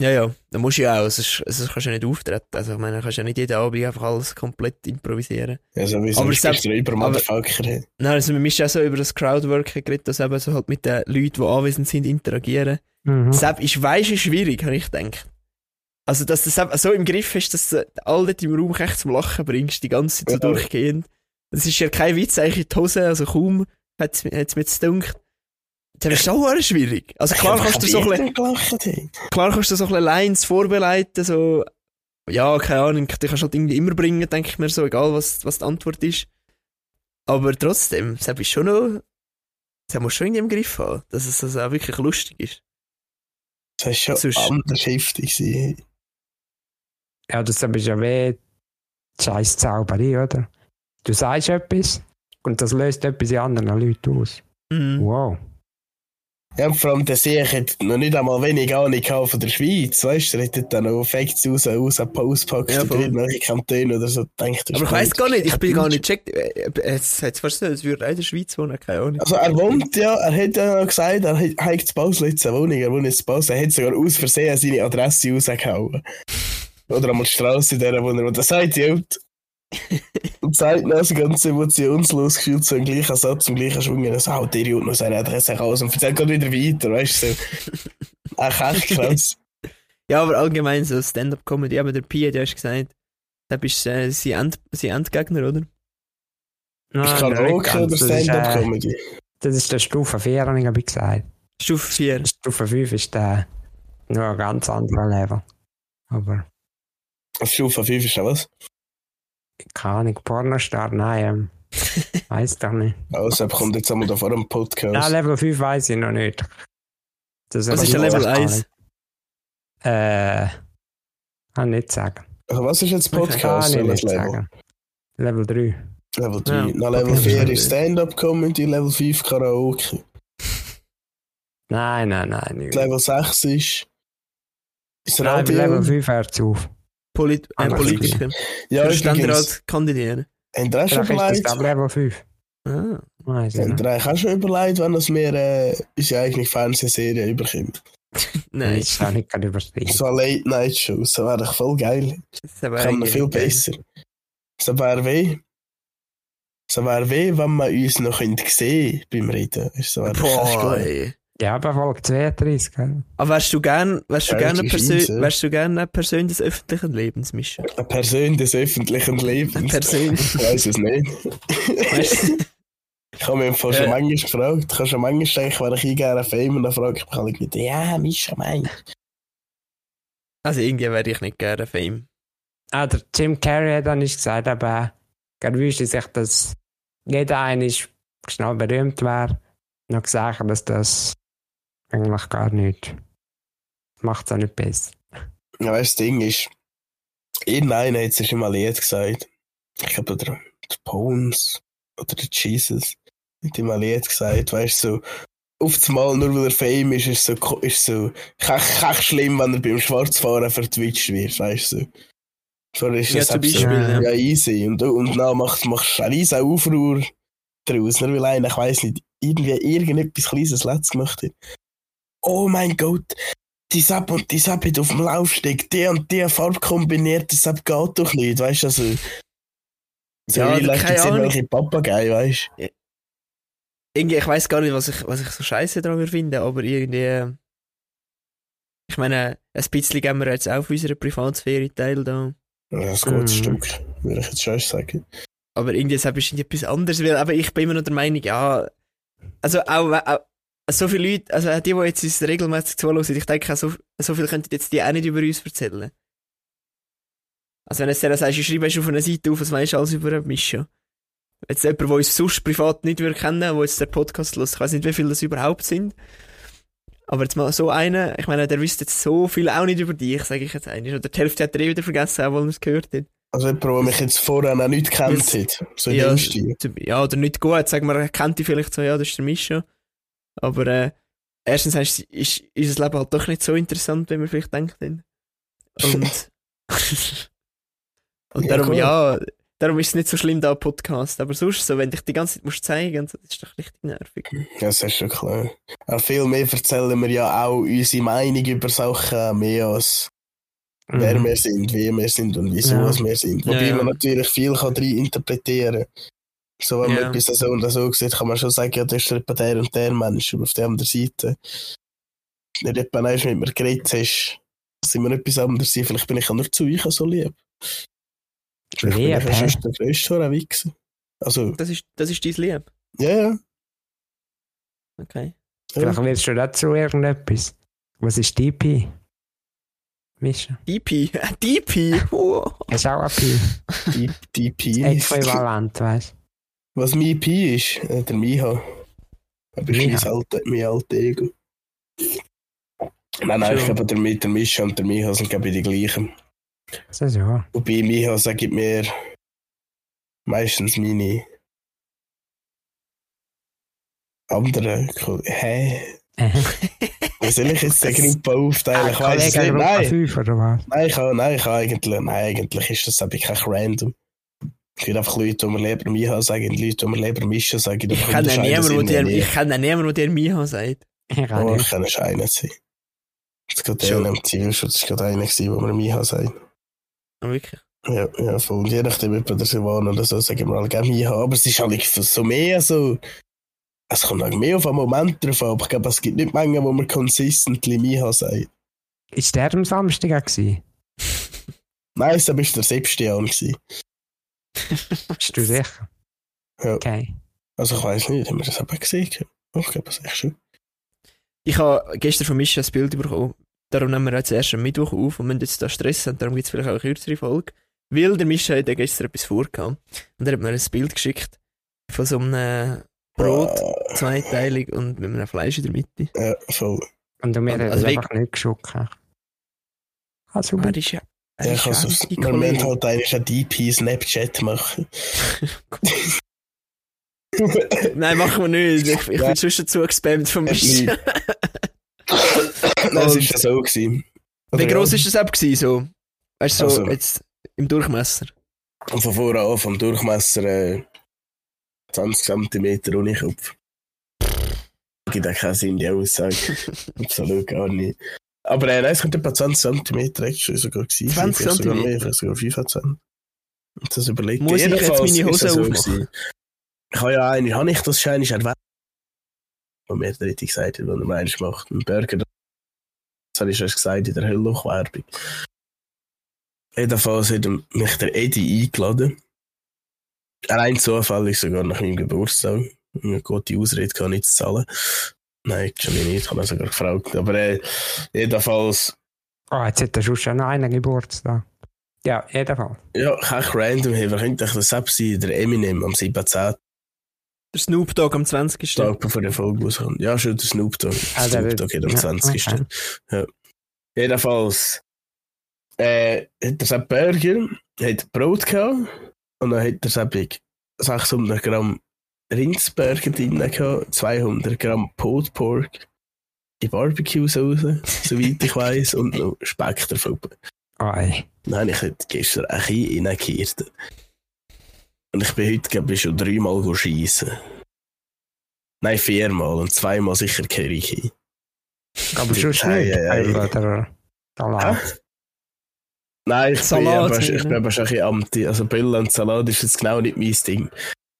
Speaker 1: Ja, ja, da musst du ja auch, sonst, sonst kannst du ja nicht auftreten. Also ich meine, du kannst ja nicht jeden Abend einfach alles komplett improvisieren.
Speaker 2: also wie so
Speaker 1: Aber
Speaker 2: ein
Speaker 1: selbst-
Speaker 2: Sprecher über
Speaker 1: aber-
Speaker 2: Motherfucker hat.
Speaker 1: Nein, also wir müssen auch so über das Crowdworking geredet, dass eben so halt mit den Leuten, die anwesend sind, interagieren.
Speaker 3: Mhm.
Speaker 1: Sepp ist weisst schwierig, habe ich gedacht. Also, dass das Sepp so im Griff ist, dass du all dort im Raum echt zum Lachen bringst, die ganze Zeit so
Speaker 2: Ja.
Speaker 1: durchgehend. Das ist ja kein Witz, eigentlich in die Hose, also kaum hat es mir jetzt gedacht. Das ist schon verdammt schwierig. Also klar
Speaker 2: Ich hab
Speaker 1: kannst du so ein bisschen,
Speaker 2: keinen Bier gelacht, ey.
Speaker 1: klar kannst du so ein bisschen Lines vorbereiten, so, ja, keine Ahnung, die kannst du halt irgendwie immer bringen, denke ich mir so, egal was, was die Antwort ist. Aber trotzdem, Sepp ist schon noch, Sepp muss schon irgendwie im Griff haben, dass es also auch wirklich lustig ist.
Speaker 2: Das ist schon
Speaker 1: Sonst-
Speaker 2: anders heftig gewesen.
Speaker 3: Ja, das ist ja weh. Scheiß Zauberei, oder? Du
Speaker 2: Mhm.
Speaker 3: sagst etwas und das löst etwas in anderen Leuten aus.
Speaker 1: Mhm.
Speaker 3: Wow.
Speaker 2: Ja, und vor allem der Sieg hat noch nicht einmal wenig Ahnung gehabt von der Schweiz, weißt du? Er hat dann auch Facts raus, raus, ausgepackt
Speaker 1: Ja,
Speaker 2: in
Speaker 1: voll.
Speaker 2: irgendwelche Kantone oder so. Denkt,
Speaker 1: Aber ich weiß gar nicht, ich bin gar nicht checkt. äh, äh, Es hat fast so, als würde er in der Schweiz wohnen, keine Ahnung.
Speaker 2: Also er wohnt ja, er hat ja noch gesagt, er hat- hat zu Basel jetzt eine Wohnung, er wohnt jetzt zu Basel, er hat sogar aus Versehen seine Adresse rausgehauen. Oder einmal die Straße in dieser Wohnung, und das sagt die Alte. Und sagt noch so ganz emotionslos gefühlt so im gleichen Satz, im gleichen Schwung, und so haut der Idiot noch seine Adresse raus und erzählt gerade wieder weiter, weißt du, so. Ach, echt krass.
Speaker 1: Ja, aber allgemein so Stand-up-Comedy, aber der Pia, der hast gesagt, da bist du äh, sein, End, sein Endgegner, oder?
Speaker 2: Ich
Speaker 1: Ah,
Speaker 3: Nein,
Speaker 2: kann
Speaker 3: nicht
Speaker 2: auch
Speaker 3: ganz.
Speaker 2: oder
Speaker 3: Das ist, äh,
Speaker 2: Stand-Up-Comedy.
Speaker 3: Das ist der Stufe 4, habe ich glaube ich gesagt.
Speaker 1: Stufe 4.
Speaker 3: Stufe 5 ist der nur ein ganz anderer Level. Aber
Speaker 2: Auf Stufe 5 ist noch was?
Speaker 3: keine Ahnung, Pornostar, nein, ähm, weiß doch nicht.
Speaker 2: Also, er kommt jetzt einmal da vor einem
Speaker 3: Ja,
Speaker 2: Podcast.
Speaker 3: Level 5 weiß ich noch nicht. Das
Speaker 1: Was
Speaker 3: weiß
Speaker 1: ist der
Speaker 3: ich
Speaker 1: Level
Speaker 3: gar
Speaker 1: 1?
Speaker 3: nicht. Äh, kann nicht sagen.
Speaker 2: Also, was ist jetzt
Speaker 3: Kann
Speaker 2: Podcast?
Speaker 3: ich
Speaker 2: welches
Speaker 3: nicht
Speaker 2: Level?
Speaker 3: sagen. Level 3.
Speaker 2: Level 3.
Speaker 1: Ja,
Speaker 2: Na, Level
Speaker 1: okay.
Speaker 2: 4 ist Stand-Up-Comedy, Level 5 Karaoke.
Speaker 3: Nein, nein, nein. nicht.
Speaker 2: Level 6 ist. Ist
Speaker 3: nein, bei
Speaker 2: Radio.
Speaker 3: Level 5 hört es auf.
Speaker 1: Polit äh,
Speaker 3: Ah,
Speaker 1: Politiker.
Speaker 2: ja,
Speaker 1: Für
Speaker 2: ist übrigens.
Speaker 1: Ständerat kandidieren.
Speaker 2: Habt ihr auch schon
Speaker 3: Vielleicht ist das
Speaker 2: überlegt?
Speaker 3: glaub ich, Level 5.
Speaker 1: Ah.
Speaker 3: Weiß ich
Speaker 2: Habt
Speaker 3: nicht.
Speaker 2: ihr euch auch schon überlegt, wenn es mir äh, unsere eigene Fernsehserie überkommt?
Speaker 1: Nein,
Speaker 3: Ich kann nicht gerade übersteigen.
Speaker 2: So eine Late-Night-Show, so wäre ich voll geil.
Speaker 1: das wäre
Speaker 2: Kann man
Speaker 1: eigentlich
Speaker 2: viel
Speaker 1: geil.
Speaker 2: besser. So wäre weh. So wäre weh, wenn man uns noch könnte sehen beim Reden. Ist So wäre das echt
Speaker 1: Boah,
Speaker 2: geil.
Speaker 1: ey.
Speaker 3: Ja, aber Folge 32, gell?
Speaker 1: Aber wärst du gern, wärst du
Speaker 2: Ja,
Speaker 1: gern
Speaker 2: das
Speaker 1: eine
Speaker 2: ist
Speaker 1: Persön,
Speaker 2: easy.
Speaker 1: wärst du gern eine Person des öffentlichen Lebens, Mischa?
Speaker 2: Eine Person des öffentlichen
Speaker 1: Eine
Speaker 2: Lebens.
Speaker 1: Person.
Speaker 2: Ich weiß es nicht.
Speaker 1: Weißt du?
Speaker 2: Ich habe mich vorhin schon
Speaker 1: Äh.
Speaker 2: manchmal gefragt, ich habe schon manchmal gedacht, wäre ich eingehen auf Fame und dann frage ich mich halt wieder, ja, Mischa, mein.
Speaker 1: also irgendwie wäre ich nicht gerne Fame.
Speaker 3: Ah, der Jim Carrey hat auch nicht gesagt, aber er wünschte sich, dass jeder eigentlich schnell berühmt wäre. Noch gesagt, dass das eigentlich gar nicht macht es auch nicht besser.
Speaker 2: Ja, weißt du, das Ding ist, irgendeiner hat sich immer ein Lied gesagt. Ich glaube, der, der Bones oder der Jesus hat immer ein Lied gesagt, weißt du, so, auf das Mal, nur weil er Fame ist, ist so, ko- ist so, kach, kach schlimm, wenn er beim Schwarzfahren vertwitscht wird, weißt du. so. Vorher ist
Speaker 1: Ja,
Speaker 2: das
Speaker 1: zum
Speaker 2: eben so-
Speaker 1: Beispiel,
Speaker 3: ja.
Speaker 1: ja.
Speaker 2: Ja, easy. Und, und dann macht, machst du einen riesen Aufruhr daraus. Nur weil einer, ich weiss nicht, irgendwie irgendetwas kleines Letzt gemacht hat. Oh mein Gott, die Sub und die Sub hat auf dem Laufsteg die und die Farbe kombiniert, das Sub geht doch nicht, weißt du? Also, so
Speaker 1: Ja,
Speaker 2: wie
Speaker 1: keine
Speaker 2: leicht
Speaker 1: Ahnung.
Speaker 2: irgendwelche Papagei, weißt du?
Speaker 1: Irgendwie, ich weiß gar nicht, was ich, was ich so scheiße daran würde finden, aber irgendwie. äh, Ich meine, ein bisschen geben wir jetzt auch auf unserer Privatsphäre teil da.
Speaker 2: Ja, Das ist ein gutes
Speaker 3: Mhm.
Speaker 2: Stück, würde ich jetzt schon sagen.
Speaker 1: Aber irgendwie ist es etwas anderes, weil aber ich bin immer noch der Meinung, ja. Also auch, auch so viele Leute, also auch die, die jetzt uns regelmäßig zuhören, ich denke, auch so, so viel könnten jetzt die auch nicht über uns erzählen. Also wenn du dann sagst, du schreibst auf einer Seite auf, was weisst du alles über Mischa. Jetzt jemand, der uns sonst privat nicht würde kennen der jetzt den Podcast hört, ich weiß nicht, wie viele das überhaupt sind. Aber jetzt mal so einer, ich meine, der wüsste jetzt so viel auch nicht über dich, sage ich jetzt eigentlich. Oder die Hälfte hat er eh wieder vergessen, auch weil er es gehört hat.
Speaker 2: Also jemand, der mich jetzt vorher noch nicht kennt
Speaker 1: Das-
Speaker 2: hat, so
Speaker 1: Ja,
Speaker 2: ja, Stil.
Speaker 1: zum- ja, oder nicht gut. Sagen wir, er kennt die vielleicht so, ja, das ist der Mischa. Aber äh, erstens ist, ist unser Leben halt doch nicht so interessant, wie wir vielleicht denken. Und, und
Speaker 2: Ja,
Speaker 1: darum,
Speaker 2: gut.
Speaker 1: ja, darum ist es nicht so schlimm, da ein Podcast. Aber sonst, so, wenn dich die ganze Zeit musst zeigen musst, das ist doch richtig nervig.
Speaker 2: Ja, das ist schon klar. Aber viel mehr erzählen wir ja auch unsere Meinung über Sachen mehr als wer
Speaker 3: Mhm.
Speaker 2: wir sind, wie wir sind und wieso
Speaker 3: Ja.
Speaker 2: wir sind. Wobei
Speaker 1: Ja, ja.
Speaker 2: man natürlich viel kann rein interpretieren So, wenn
Speaker 1: Ja.
Speaker 2: man etwas so und so sieht, kann man schon sagen, ja, das ist etwa der und der Mensch aber auf der anderen Seite. Nicht etwa eins mit mir geredet hast, sind wir etwas anderes. gewesen. Vielleicht bin ich ja nur zu euch so lieb. Vielleicht bin
Speaker 3: Lieb,
Speaker 2: ich ja
Speaker 3: hä?
Speaker 2: schon der grösste Horrorwichser. Also,
Speaker 1: Das ist, das ist dein Lieb.
Speaker 2: ja, ja.
Speaker 1: Okay.
Speaker 3: Vielleicht wirst du dazu irgendetwas. Was ist die Pi? Mischa.
Speaker 1: DP. DP. Oh.
Speaker 3: Ist auch ein Pi.
Speaker 2: Die, die Pi.
Speaker 3: Äquivalent, weißt
Speaker 2: Was mein Pi ist, äh, der Miha. Ein bisschen
Speaker 3: Miha.
Speaker 2: mein alter, mein alter Ego. Nein, nein, ich
Speaker 1: Schon.
Speaker 2: glaube, der, Mi- der Mischa und der Miha sind, glaube ich, die gleichen.
Speaker 3: du? Das ist ja.
Speaker 2: Wobei Miha sagt mir meistens meine anderen Kollegen. Hä? Wie soll ich jetzt den Gruppe aufteilen?
Speaker 3: Ein
Speaker 1: Ah,
Speaker 2: Ich weiß es nicht.
Speaker 3: Kollege Gruppe
Speaker 2: Nein,
Speaker 3: 5 oder was?
Speaker 2: nein, ich kann, nein, ich kann eigentlich, nein, eigentlich ist das einfach kein random. Ich würde einfach Leute, die mir lieber mich haben, sagen, Leute, die mir lieber mischen, sagen,
Speaker 1: Ich kenne
Speaker 2: unterscheiden
Speaker 1: niemanden,
Speaker 2: sie
Speaker 1: wo
Speaker 2: mich
Speaker 1: dir,
Speaker 2: nicht.
Speaker 1: ich kenne niemanden, wo dir Miha sagt.
Speaker 3: Ich auch
Speaker 2: Oh, ich
Speaker 3: nicht.
Speaker 2: kann scheinen sein. Jetzt gerade
Speaker 1: Schon.
Speaker 2: der im Zivilschutz, gerade einer gewesen, wo wir mich haben sagen.
Speaker 1: Oh, wirklich.
Speaker 2: Ja, ja, voll. Je nachdem, ob wir das waren oder so, sagen wir halt gerne hier. Aber es ist halt so mehr so. Es kommt halt mehr auf einen Moment drauf an, aber ich glaube, es gibt nicht Mengen, wo man consistently Miha sagt.
Speaker 3: Ist der am Samstag auch gewesen?
Speaker 2: Nein, es war der Sebastian. Gewesen.
Speaker 3: Bist du sicher?
Speaker 2: Ja.
Speaker 3: Okay.
Speaker 2: Also ich weiß nicht, haben wir das aber gesehen? Oh, ich glaube, das ist echt schön.
Speaker 1: Ich habe gestern von Mischa ein Bild bekommen. Darum nehmen wir jetzt erst am Mittwoch auf und müssen jetzt da Stress haben. Darum gibt es vielleicht auch eine kürzere Folge. Weil der Mischa hat ja gestern etwas vorgehabt. Und er hat mir ein Bild geschickt von so einem Brot,
Speaker 2: Ah,
Speaker 1: zweiteilig und mit einem Fleisch in der Mitte.
Speaker 2: ja, voll.
Speaker 3: Und du mir
Speaker 1: Also
Speaker 3: hast es
Speaker 1: wegen-
Speaker 3: einfach nicht geschockt. Also,
Speaker 1: Er ist ja. Er
Speaker 2: Mhm. Ja,
Speaker 1: ist ja
Speaker 2: ich kann es
Speaker 1: richtig
Speaker 2: Wir müssen
Speaker 1: cool.
Speaker 2: halt eigentlich einen DP-Snapchat machen.
Speaker 1: Nein, machen wir nicht. Ich, ich
Speaker 2: Ja.
Speaker 1: bin schon dazu gespammt vom
Speaker 2: Hat
Speaker 1: Mischa.
Speaker 2: Nein, es
Speaker 1: Und-
Speaker 2: war so. Gewesen.
Speaker 1: Wie
Speaker 2: Oder
Speaker 1: gross
Speaker 2: ja,
Speaker 1: ist das ab gewesen, so? Weißt du, so
Speaker 2: Also.
Speaker 1: jetzt im Durchmesser?
Speaker 2: Von vorne an, vom Durchmesser äh, 20 cm ohne Kopf. Gibt auch keinen Sinn, die Aussage. Absolut gar nicht. Aber äh, nein, es könnte etwa 20 cm extra sogar gewesen. sein.
Speaker 1: 20
Speaker 2: Vielleicht sogar
Speaker 1: Zentimeter?
Speaker 2: mehr, vielleicht sogar 25. Und das überlegt
Speaker 1: Muss ich jetzt meine Hose aufmachen?
Speaker 2: Ich habe ja eine, habe ich das Schein ist erwähnt, wo mir der Ritter gesagt hat, was er eins macht. Ein Burger, das habe ich schon gesagt in der Hüllloch-Werbung. Jedenfalls hat mich der Eddie eingeladen. Rein zufällig sogar nach meinem Geburtstag. Eine gute Ausrede kann nicht zu zahlen. Nein, schon nicht, ich habe ihn sogar gefragt. Aber äh, jedenfalls,
Speaker 3: Oh, jetzt hat er schon schon noch einen Geburtstag. Ja, jedenfalls.
Speaker 2: ja, kein random, hey, wer könnte ich das selbst sein? Der Eminem am 17.
Speaker 1: Der Snoop Dogg am 20.
Speaker 2: Tag bevor der Folge rauskommt. Ja, schon der Snoop Dogg. Der
Speaker 3: Also,
Speaker 2: Snoop Dogg hat am
Speaker 3: ja,
Speaker 2: 20.
Speaker 3: okay.
Speaker 2: Ja. Jedenfalls, äh, hat er so einen Burger, hat Brot gehabt und dann hat er so etwa 600 Gramm Rindsburger drin gehabt, 200 Gramm Pulled Pork, die Barbecue-Soße, soweit ich weiß, und noch Speck davon.
Speaker 3: Oh, ey.
Speaker 2: Nein, ich hätte gestern ein Kind reingekehrt. Und ich bin heute, glaube ich, schon dreimal schießen. Nein, viermal und zweimal sicher Curry. gehabt.
Speaker 3: Aber sonst
Speaker 2: Ei,
Speaker 3: nicht.
Speaker 2: ei, ei.
Speaker 3: Ei, Oder Salat.
Speaker 2: Nein, ich bin,
Speaker 1: Salat,
Speaker 2: aber, ich
Speaker 1: oder?
Speaker 2: bin aber schon ein bisschen anti. Also Billa und Salat ist jetzt genau nicht mein Ding.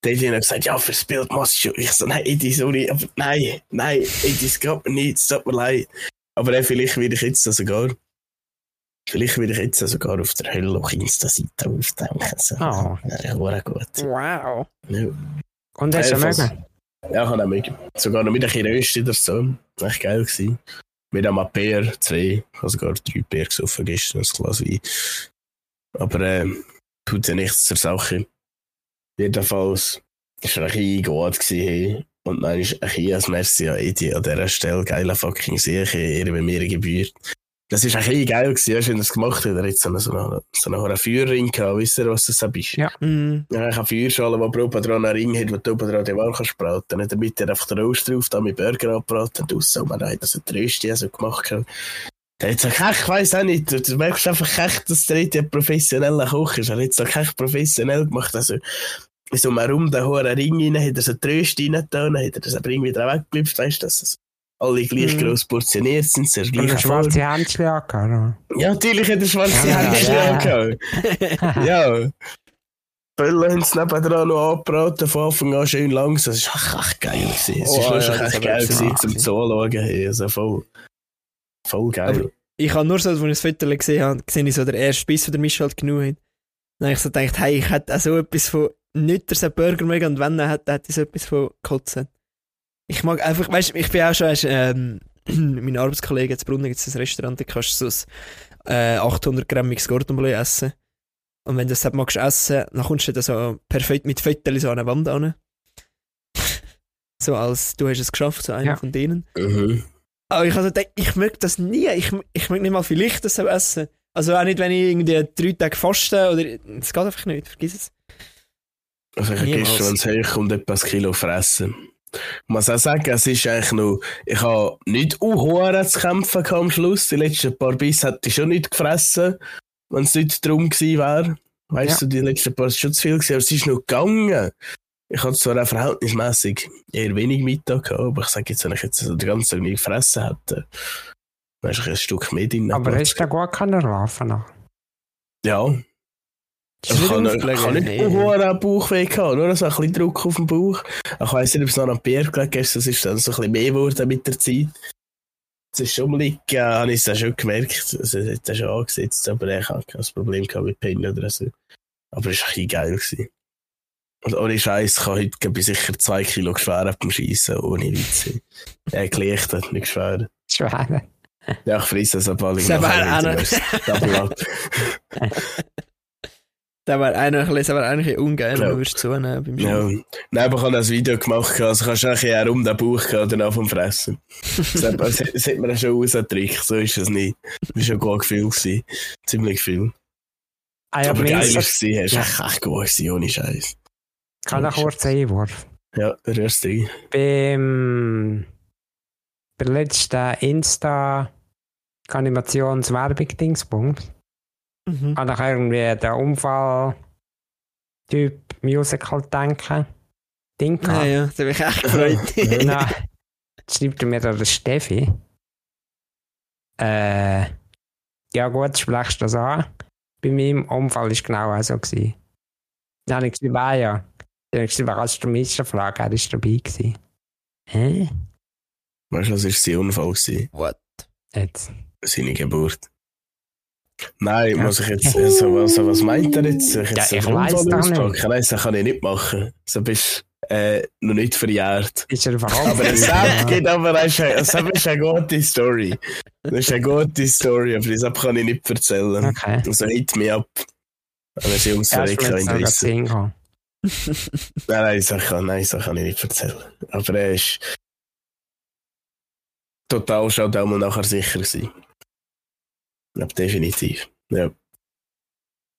Speaker 2: Der hat dann gesagt, ja, fürs Bild muss ich schon. Ich so, nein, Edi, sorry, aber nein, nein, Edi, es geht mir nicht, es tut mir leid. Aber äh, vielleicht werde ich jetzt da sogar, vielleicht werde ich jetzt da sogar auf der Hölle auf Insta-Seite aufdenken. So.
Speaker 3: Oh.
Speaker 2: Ja, hure gut.
Speaker 1: Wow.
Speaker 2: Ah. Ja.
Speaker 3: Und hast du
Speaker 2: Jedenfalls-
Speaker 3: mögen?
Speaker 2: Ja, ich habe auch mögen. Sogar noch mit ein bisschen Rösti oder so. Echt geil gewesen. Mit einem Bär, zwei, ich habe sogar drei Bär gesoffen gestern, ein Glas Wein. Aber äh, tut ja nichts zur Sache. Jedenfalls war er ein bisschen gut gewesen. Hey. Und dann ist ein bisschen ein Merci an Edi an dieser Stelle. Geiler fucking Sieg, ihr bei mir gebührt. Das war ein bisschen geil gewesen, weisst du, wenn er es gemacht hat. Er hat so einen, so einen, so einen Feuerring gehabt. Wisst ihr, was das so ist?
Speaker 1: Mm.
Speaker 2: Ja, ich habe Feuerschale, wo die oben dran einen Ring hat, wo du oben dran die Wahl kannst braten. Nicht damit er einfach den Rost drauf, da mit Burger abbraten und aussen. Man hat das ein Rösti so gemacht. gehabt. Der hat so, ich weiss auch nicht, du- du merkst einfach echt, dass der nicht ein professioneller Koch ist. Er hat so echt professionell gemacht. Also, in so einem Raum, da hohen Ring rein, hat er so Tröste rein getan, dann hat er den Ring wieder weggeblüpft, weißt du, dass das alle gleich
Speaker 1: Mhm.
Speaker 2: gross portioniert sind, sehr
Speaker 3: Und ein
Speaker 2: gleich.
Speaker 3: schwarzes Händchen angehört?
Speaker 2: Ja, natürlich hat er schwarze
Speaker 3: Ja,
Speaker 2: Händchen
Speaker 3: ja.
Speaker 2: gehabt. Ja. Böllen haben es nebendran noch angebraten, von Anfang an schön langsam. Das war echt geil. Gewesen. Es
Speaker 1: Oh,
Speaker 2: war
Speaker 1: ja,
Speaker 2: schon
Speaker 1: das
Speaker 2: echt
Speaker 1: hab
Speaker 2: geil
Speaker 1: ich
Speaker 2: gewesen,
Speaker 1: gesehen.
Speaker 2: zum Zuschauen. hey. Also voll, voll geil.
Speaker 1: Ich habe nur so, als ich das Foto gesehen habe, gesehen ich so den ersten Biss, den der Michel halt genommen hat. Dann habe ich so gedacht, hey, ich hätte auch so etwas von nicht, dass ein Burger mögen und wenn er hat, hätte ich so etwas von kotzen. Ich mag einfach, weißt du, ich bin auch schon, weißt, ähm, mein Arbeitskollege hat in Brunnen, gibt es ein Restaurant, da kannst du so ein äh, 800 Grammiges Gordon Bleu essen. Und wenn du das halt magst essen, dann kommst du da so perfekt mit Fötterchen so an eine Wand an. so als, du hast es geschafft, so einer
Speaker 3: Ja.
Speaker 1: von denen.
Speaker 2: Mhm.
Speaker 1: Aber ich habe so gedacht, ich möchte das nie. Ich, ich möchte nicht mal vielleicht das so essen. Also auch nicht, wenn ich irgendwie drei Tage faste oder... Das geht einfach nicht, vergiss es.
Speaker 2: Also ich habe
Speaker 1: Niemals.
Speaker 2: gestern, wenn es hochkommt, etwa ein Kilo fressen. Ich muss auch sagen, es ist eigentlich noch, ich habe nicht unhoher zu kämpfen gehabt am Schluss. Die letzten paar Biss hätte ich schon nicht gefressen, wenn es nicht drum gewesen wäre. Weißt du,
Speaker 3: Ja.
Speaker 2: die letzten paar sind schon zu viel gewesen, aber es ist noch gegangen. Ich hatte zwar auch verhältnismäßig eher wenig Mittag gehabt, aber ich sage jetzt, wenn ich jetzt den ganzen Tag nicht gefressen hätte, dann ist ein Stück mehr drin.
Speaker 3: Aber hast du gut können laufen noch?
Speaker 2: Ja, ich kann Also nicht, ich kann nicht unhoher am Bauchweh gehabt, nur so ein bisschen Druck auf dem Bauch. Ich weiss nicht, ob es noch am Bier gelegen ist, das ist dann so ein bisschen mehr geworden mit der Zeit. Es ist schon liegen, ah, habe ich es dann schon gemerkt, es hat dann schon angesetzt, aber ich habe kein Problem gehabt mit Pinnen oder so. Aber es war ein bisschen geil. Gewesen. Und ohne Scheiß ich habe heute bei sicher 2 Kilo geschwärt beim Schießen, ohne Äh, Witze. Er gelichtet, nicht geschwärt.
Speaker 3: Schwer.
Speaker 2: Ja, ich frisse es ab alle
Speaker 1: Das wäre einer.
Speaker 2: Double-up.
Speaker 1: Das wäre eigentlich, das wär eigentlich ungeil, wenn
Speaker 2: Ja.
Speaker 1: du würdest zunehmen beim
Speaker 2: Ja.
Speaker 1: Schießen.
Speaker 2: Nein, aber ich habe ein Video gemacht, also kannst du auch ein bisschen um den Bauch gehen und dann vom Fressen. Das hat, das hat- das hat mir schon rausgedrückt, so ist es nicht. Das war ein gutes Gefühl. Gewesen. Ziemlich viel.
Speaker 3: Ah, ja,
Speaker 2: aber geil war es,
Speaker 3: mindestens.
Speaker 2: gewesen, es war
Speaker 3: Ja.
Speaker 2: echt, echt gut, gewesen, ohne Scheiß.
Speaker 3: Kann einen kurzen Einwurf.
Speaker 2: Ja, rührst du rein.
Speaker 3: Beim bei der letzten Insta Animationswerbung Dingspunkt
Speaker 1: Mhm.
Speaker 3: kann ich irgendwie den Unfall Typ Musical denken. Ding
Speaker 1: Ah,
Speaker 3: gehabt.
Speaker 1: ja, das habe ich echt gefreut.
Speaker 3: Nein. Jetzt schreibt er mir der Steffi. Äh, ja gut, sprichst du das an. Bei meinem Unfall war es genau auch so. Gewesen. Dann habe ich geschrieben, ah ja. Dann habe ich geschrieben, kannst du mich schon fragen, er war dabei. Gewesen. Hä?
Speaker 2: Weißt du, das war sein Unfall, gewesen,
Speaker 1: What?
Speaker 3: Jetzt.
Speaker 2: seine Geburt. Nein,
Speaker 3: Ja.
Speaker 2: muss ich jetzt. Also, was, was meint er jetzt? Soll Ich
Speaker 3: Ja,
Speaker 2: jetzt
Speaker 3: ich
Speaker 2: einen
Speaker 3: weiss
Speaker 2: Unfall
Speaker 3: doch nicht.
Speaker 2: auspacken? Nein, das kann ich nicht machen. So bist du äh, noch nicht verjährt.
Speaker 3: Ist er
Speaker 2: Aber
Speaker 3: verhaftet?
Speaker 2: es genau geht aber das ist eine- das ist eine gute Story. Das ist eine gute Story, aber deshalb kann ich nicht erzählen.
Speaker 3: Okay.
Speaker 2: Also hit mich ab. Wenn ich Jungs
Speaker 3: Ja, ist
Speaker 2: verrecken
Speaker 3: mir
Speaker 2: in
Speaker 3: jetzt noch gerade
Speaker 2: Nein,
Speaker 3: Sinn gekommen.
Speaker 2: nein, so kann, nein, so kann ich nicht erzählen. Aber er ist total schaut auch mal nachher sicher sein. Ja, definitiv. Ja.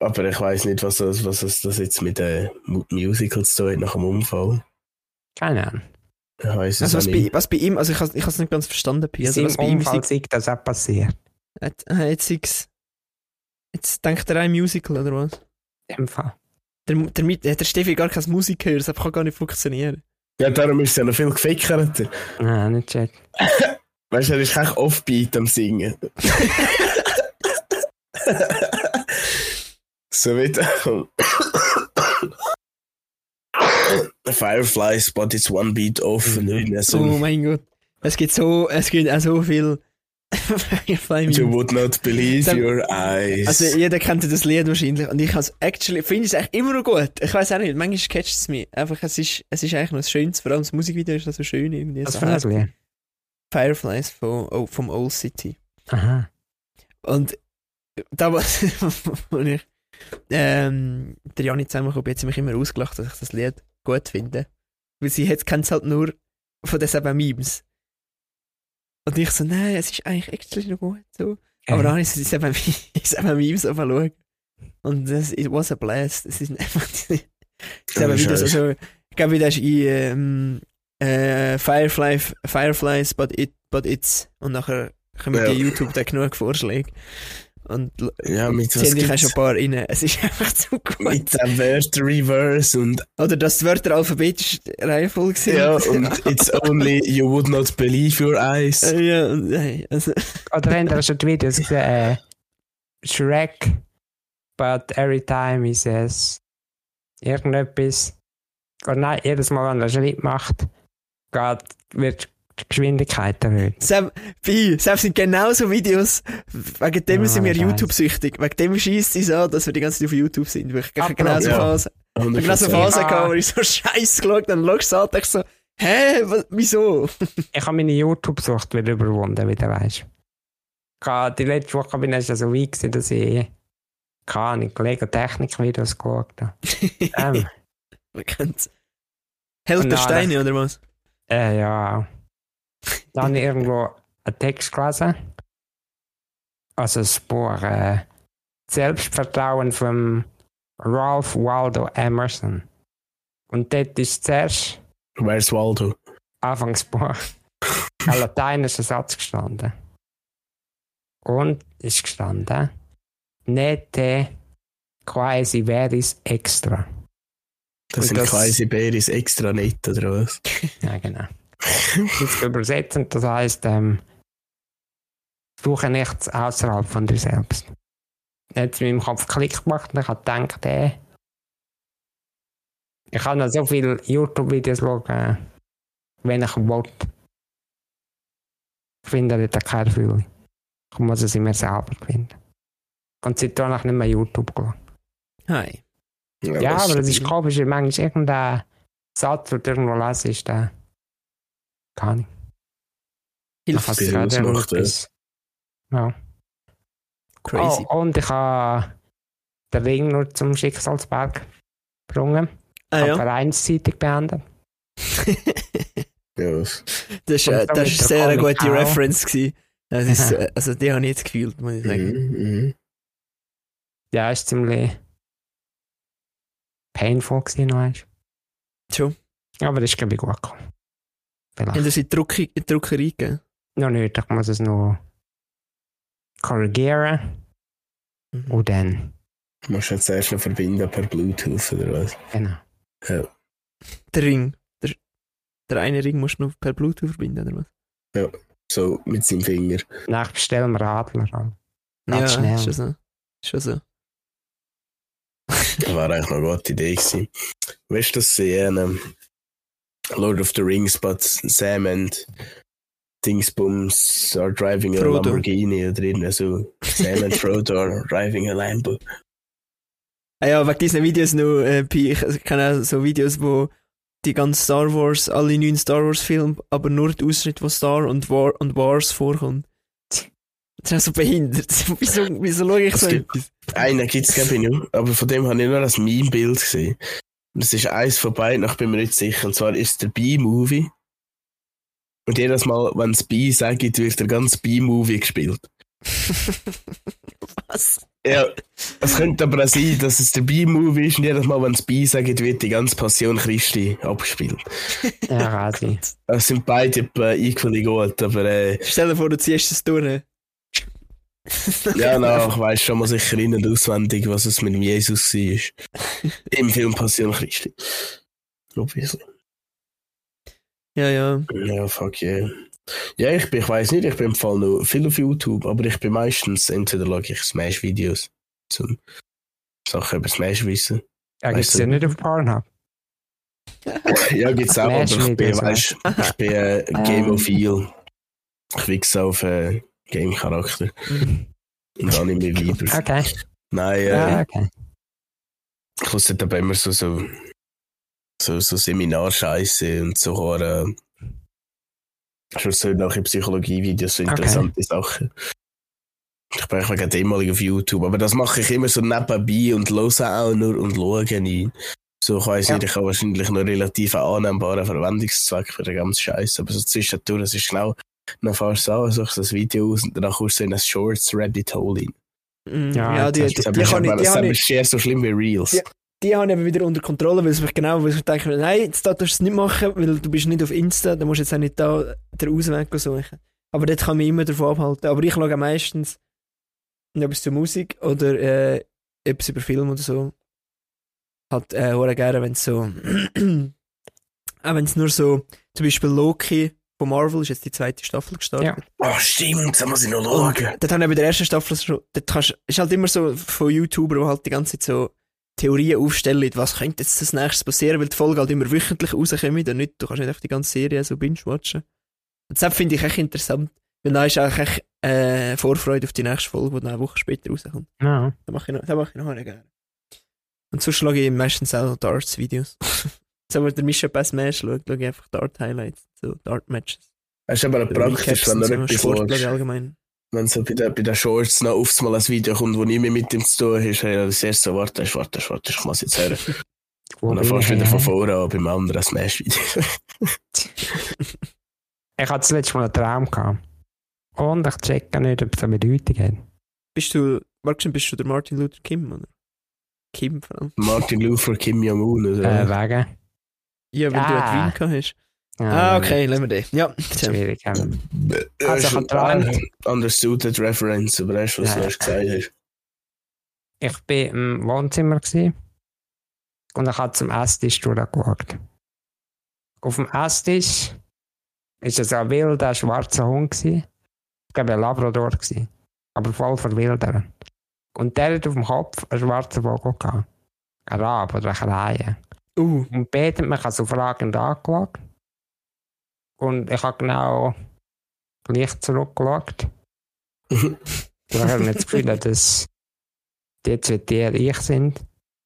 Speaker 2: Aber ich weiß nicht, was das, was das, das jetzt mit den Mu- Musicals zu tun hat nach dem Unfall.
Speaker 3: Keine Ahnung.
Speaker 2: Ich weiß es
Speaker 1: Also
Speaker 2: auch
Speaker 1: was bei,
Speaker 2: nicht.
Speaker 1: was bei ihm, also ich habe es nicht ganz verstanden, Pi. Also
Speaker 3: Sein
Speaker 1: was bei ihm
Speaker 3: Unfall
Speaker 1: ist,
Speaker 3: sei das auch passiert.
Speaker 1: jetzt, ah, jetzt, sieht's- jetzt denkt er auch ein Musical, oder was?
Speaker 3: In dem Fall.
Speaker 1: Der, Mu- der, Mit- der Steffi gar kein Musik hören, das kann gar nicht funktionieren.
Speaker 2: Ja, darum ist es ja noch viel gefickert.
Speaker 3: Nein, nicht check.
Speaker 2: Weißt du, er ist echt offbeat am Singen. so ähm, wie The Firefly spot its one beat off. Und dann ist
Speaker 1: Oh
Speaker 2: so,
Speaker 1: mein Gott. Es gibt so, es gibt auch so viel Firefly
Speaker 2: you
Speaker 1: Memes.
Speaker 2: would not believe
Speaker 1: Dann-
Speaker 2: your eyes.
Speaker 1: Also jeder kennt das Lied wahrscheinlich und ich has actually, finde es eigentlich immer noch gut. Ich weiß auch nicht, manchmal catcht es mich. Einfach, es ist, es ist eigentlich noch das Schönste, vor allem das Musikvideo ist noch so schön irgendwie.
Speaker 3: Was
Speaker 1: so
Speaker 3: für ein Lied?
Speaker 1: Fireflies von, oh, vom Old City.
Speaker 3: Aha.
Speaker 1: Und da, was wo ich ähm, der Janni zusammengekommen bin, hat sie mich immer ausgelacht, dass ich das Lied gut finde. Weil sie jetzt kennt es halt nur von den eben Memes. Und ich so, nein, es ist eigentlich actually noch gut so. Aber dann ist es eben, ist eben Memes angeschaut. Und das, it was a blast. Es sind einfach die, es sind
Speaker 2: Oh,
Speaker 1: eben Videos,
Speaker 2: Scheiße.
Speaker 1: also, ich glaube, das ist in ähm, äh, Firefly, Fireflies, but, it, but it's. Und nachher kommen
Speaker 2: Ja.
Speaker 1: bei YouTube da genug Vorschläge. Und l-
Speaker 2: ja, mit
Speaker 1: ziehen
Speaker 2: was
Speaker 1: dich auch
Speaker 2: gibt's?
Speaker 1: schon ein paar eh, rein. Es ist einfach zu gut.
Speaker 2: Mit dem Word Reverse und,
Speaker 1: Oder dass die Wörter alphabetisch reihenfolge sind.
Speaker 2: ja, und it's only you would not believe your eyes.
Speaker 1: Äh, ja, und, hey, also,
Speaker 3: Oder habt ihr schon die Videos gesehen? Äh, Shrek, but every time he says irgendetwas. Oder nein, jedes Mal, wenn er einen Schritt macht, geht, wird die Geschwindigkeit erhöht.
Speaker 1: Sam, Pi, Sam sind genauso Videos. Wegen dem
Speaker 3: Ah,
Speaker 1: sind wir
Speaker 3: ich weiss.
Speaker 1: YouTube-süchtig. Wegen dem schießt es an, dass wir die ganze Zeit auf YouTube sind. Weil ich
Speaker 3: Ah,
Speaker 1: habe genau so
Speaker 2: ja.
Speaker 1: Phase. Ich habe genau so
Speaker 2: 100%.
Speaker 1: Phase
Speaker 3: Ah.
Speaker 1: gehabt, wo ich so scheiße geschaut dann schaust du an und denkst so, hä, was, wieso?
Speaker 3: Ich habe meine YouTube-Sucht wieder überwunden, wie du weißt. Die letzte Woche bin ich so weit, gewesen, dass ich keine Ahnung, Lego Technik-Videos geschaut habe. Ähm,
Speaker 1: Man kennt's. Helter
Speaker 3: Nein,
Speaker 1: Steine, oder was?
Speaker 3: Äh, ja. Dann habe ich irgendwo einen Text gelesen. Also das Buch äh, Selbstvertrauen von Ralph Waldo Emerson. Und dort ist zuerst
Speaker 2: Where's Waldo?
Speaker 3: Anfangsbuch. Ein lateinischer Satz gestanden. Und ist gestanden. Nete quasi veris extra.
Speaker 2: Das
Speaker 3: Und
Speaker 2: sind
Speaker 3: das-
Speaker 2: quasi Beris extra nett, oder was?
Speaker 3: Ja, genau. Jetzt übersetzend, das heisst, ähm, suche nichts außerhalb von dir selbst. Dann hat es in meinem Kopf Klick gemacht und ich habe gedacht, äh, ich kann noch so viele YouTube-Videos schauen, wenn ich will. Ich finde dort keine Erfüllung. Ich muss es immer selber finden. Und seitdem habe ich nicht mehr YouTube geschaut.
Speaker 1: Hi.
Speaker 3: Ja,
Speaker 2: was-
Speaker 3: aber das ist komisch, wenn manchmal irgendein Satz, den du irgendwo lässt, ist der. Keine Ahnung.
Speaker 1: Hilf
Speaker 3: Dann
Speaker 1: es
Speaker 2: dir
Speaker 1: dir.
Speaker 3: kannst du
Speaker 2: was
Speaker 3: gerade
Speaker 2: macht
Speaker 3: irgendwas- Ja.
Speaker 1: Crazy.
Speaker 3: Oh, und ich habe den Ring nur zum Schicksalsberg gebrungen.
Speaker 1: ah,
Speaker 3: Ah,
Speaker 1: ja.
Speaker 3: Vereinszeitig beendet.
Speaker 2: Ja, was?
Speaker 1: Das ist,
Speaker 3: Und
Speaker 1: äh,
Speaker 3: damit
Speaker 1: das ist
Speaker 3: der
Speaker 1: sehr eine
Speaker 3: Comic
Speaker 1: gute
Speaker 3: auch.
Speaker 1: Reference. Gewesen. Das ist, äh, also die habe ich jetzt gefühlt, muss ich sagen.
Speaker 2: Mhm, mhm.
Speaker 3: Ja, ist ziemlich painful gewesen, noch einmal.
Speaker 1: Schon.
Speaker 3: Aber das ist, glaube ich, gut gekommen.
Speaker 1: Haben
Speaker 3: Vielleicht.
Speaker 1: Sie die Drucke- die Druckerei gegeben?
Speaker 3: Noch nicht, ich muss es noch korrigieren
Speaker 1: Mhm.
Speaker 3: und dann.
Speaker 2: Du musst jetzt erst noch verbinden per Bluetooth, oder was?
Speaker 3: Genau.
Speaker 2: Ja.
Speaker 1: Der Ring. Der, der eine Ring musst du noch per Bluetooth verbinden, oder was?
Speaker 2: So, mit seinem Finger.
Speaker 3: Danach bestellen wir Adler. also. Ganz schnell.
Speaker 1: Ist schon so. Ist schon so.
Speaker 2: Das war eigentlich noch eine gute Idee gewesen. Weißt du, dass sie ähm, Lord of the Rings, but Sam and Dingsbums are driving a
Speaker 1: Frodo.
Speaker 2: Lamborghini oder irgendwie so. Sam and Frodo are driving a Lambo.
Speaker 1: Ah ja, wegen diesen Videos noch, äh, bei- ich also ich kenne auch so Videos, wo die ganzen Star Wars, alle neun Star Wars Filme, aber nur der Ausschnitt von Star und, War und Wars vorkommt. Das ist auch so behindert. wieso, wieso schaue ich
Speaker 2: Es
Speaker 1: so
Speaker 2: gibt-
Speaker 1: etwas?
Speaker 2: Einen gibt es, glaube ich, nicht mehr, aber von dem habe ich nur das Meme-Bild gesehen. Und es ist eins von beiden, ich bin mir nicht sicher. Und zwar ist es der B-Movie. Und jedes Mal, wenn es B sagt, wird der ganze B-Movie gespielt.
Speaker 1: Was?
Speaker 2: Ja, es könnte aber auch sein, dass es der B-Movie ist und jedes Mal, wenn es B sagt, wird die ganze Passion Christi abgespielt.
Speaker 3: Ja, Radli.
Speaker 2: Es sind beide äh, equally gut, aber äh,
Speaker 1: Stell dir vor, du ziehst es durch.
Speaker 2: ja, na, ich weiss schon mal sicher in- und auswendig, was es mit dem Jesus war. Im Film Passion Christi. Obviously.
Speaker 1: Ja, ja.
Speaker 2: Ja, fuck yeah. Ja, ich bin, ich weiss nicht, ich bin im Fall noch viel auf YouTube, aber ich bin meistens, entweder schaue ich Smash-Videos, zum Sachen über Smash wissen.
Speaker 3: Ja, gibt es
Speaker 2: Weißt du-
Speaker 3: ja nicht auf Pornhub.
Speaker 2: Ja, gibt's auch, aber
Speaker 3: Smash
Speaker 2: ich bin,
Speaker 3: Videos,
Speaker 2: weißt, ich bin äh, Gameophil. Ich wichse auf äh, Game-Charakter. Und anime Videos.
Speaker 3: Okay.
Speaker 2: Nein, äh,
Speaker 3: Ja, okay.
Speaker 2: ich wusste aber immer so, so, so, so Seminarscheiße und so äh, schon so nach in Psychologie-Videos so interessante Sachen. Ich bin eigentlich wegen dem mal auf YouTube, aber das mache ich immer so nebenbei und höre auch nur und schaue rein. So, ich weiss
Speaker 3: Ja.
Speaker 2: nicht, ich habe wahrscheinlich noch relativ einen annehmbaren Verwendungszweck für den ganzen Scheiß, aber so zwischendurch, es ist genau, dann fährst du an, suchst das Video aus und dann kommst du in ein Shorts-Rabbit-Hole rein.
Speaker 1: Mm,
Speaker 3: Ja,
Speaker 1: ja, die,
Speaker 3: jetzt
Speaker 1: die,
Speaker 2: Das
Speaker 1: die,
Speaker 2: habe ich
Speaker 1: kann ich,
Speaker 2: aber
Speaker 1: die,
Speaker 2: das
Speaker 1: kann
Speaker 2: ist
Speaker 1: ich,
Speaker 2: schwer so schlimm wie Reels.
Speaker 1: Ja. die habe ich eben wieder unter Kontrolle, weil es mich genau, weil ich denke, nein, jetzt da darfst du es nicht machen, weil du bist nicht auf Insta, dann musst du jetzt auch nicht da den Ausweg suchen. Aber dort kann man immer davon abhalten. Aber ich schaue meistens etwas zur Musik oder äh, etwas über Film oder so. Hat äh, hure gerne, wenn es so auch wenn es nur so, zum Beispiel Loki von Marvel ist jetzt die zweite Staffel gestartet.
Speaker 3: Ja.
Speaker 2: Oh, stimmt, da muss ich noch
Speaker 1: Und
Speaker 2: schauen.
Speaker 1: dort habe ich bei der ersten Staffel schon, dort kannst, ist halt immer so von YouTubern, die halt die ganze Zeit so Theorien aufstellen, was könnte jetzt das nächste passieren, weil die Folgen halt immer wöchentlich rauskommen und nicht, du kannst nicht einfach die ganze Serie so binge-watchen. Und das finde ich echt interessant, weil da ist eigentlich echt äh, Vorfreude auf die nächste Folge, die dann eine Woche später rauskommt.
Speaker 3: Ja.
Speaker 1: Das mache ich noch, das mache ich noch nicht gerne. Und sonst schaue ich meistens auch noch Darts-Videos. Jetzt, wenn der Mischa Pass Smash schaut, schaue ich einfach Dart-Highlights, so Dart-Matches.
Speaker 2: Es ist aber auch praktisch, wenn du etwas
Speaker 1: Sport, glaube ich,
Speaker 2: schaust.
Speaker 1: allgemein.
Speaker 2: Wenn so bei den, bei den Shorts noch oft mal ein Video kommt, wo nicht mehr mit ihm zu tun ist, hey, das erste so, warte, warte, warte, ich muss jetzt hören.
Speaker 3: Wo
Speaker 2: Und dann
Speaker 3: bin
Speaker 2: fährst du
Speaker 3: ich
Speaker 2: wieder
Speaker 3: her?
Speaker 2: von vorne an beim anderen Smash-Video.
Speaker 3: Ich hatte das letzte Mal einen Traum gehabt. Und ich checke nicht, ob es eine Bedeutung hat.
Speaker 1: Bist du, Markson, bist du der Martin Luther Kim, oder? Kim vor allem.
Speaker 2: Martin Luther Kim Jong-un, also,
Speaker 3: Äh,
Speaker 2: oder?
Speaker 3: wegen.
Speaker 1: Ja, weil du
Speaker 3: Ah.
Speaker 1: einen Wein gehabt hast. Ah, okay, lassen wir den. Ja, Tim.
Speaker 3: Schwierig. Ähm. Also,
Speaker 2: Also,
Speaker 3: Kontrahent.
Speaker 2: understood that reference, aber weißt du, was du
Speaker 3: Ja.
Speaker 2: hast gesagt hast?
Speaker 3: Ich war im Wohnzimmer gewesen und ich habe zum Esstisch durchgeschaut. Auf dem Esstisch war es ein wilder, schwarzer Hund. Gewesen. Ich glaube, ein Labrador. Gewesen, aber voll verwildert. Und der hat auf dem Kopf einen schwarzen Vogel gehabt. Ein Rab oder eine Kreie.
Speaker 1: Uh,
Speaker 3: Und betet mich also fragend angeschaut. Und ich habe genau gleich zurückgeschaut. Ich habe nicht das Gefühl, dass die zwei Tiere ich sind,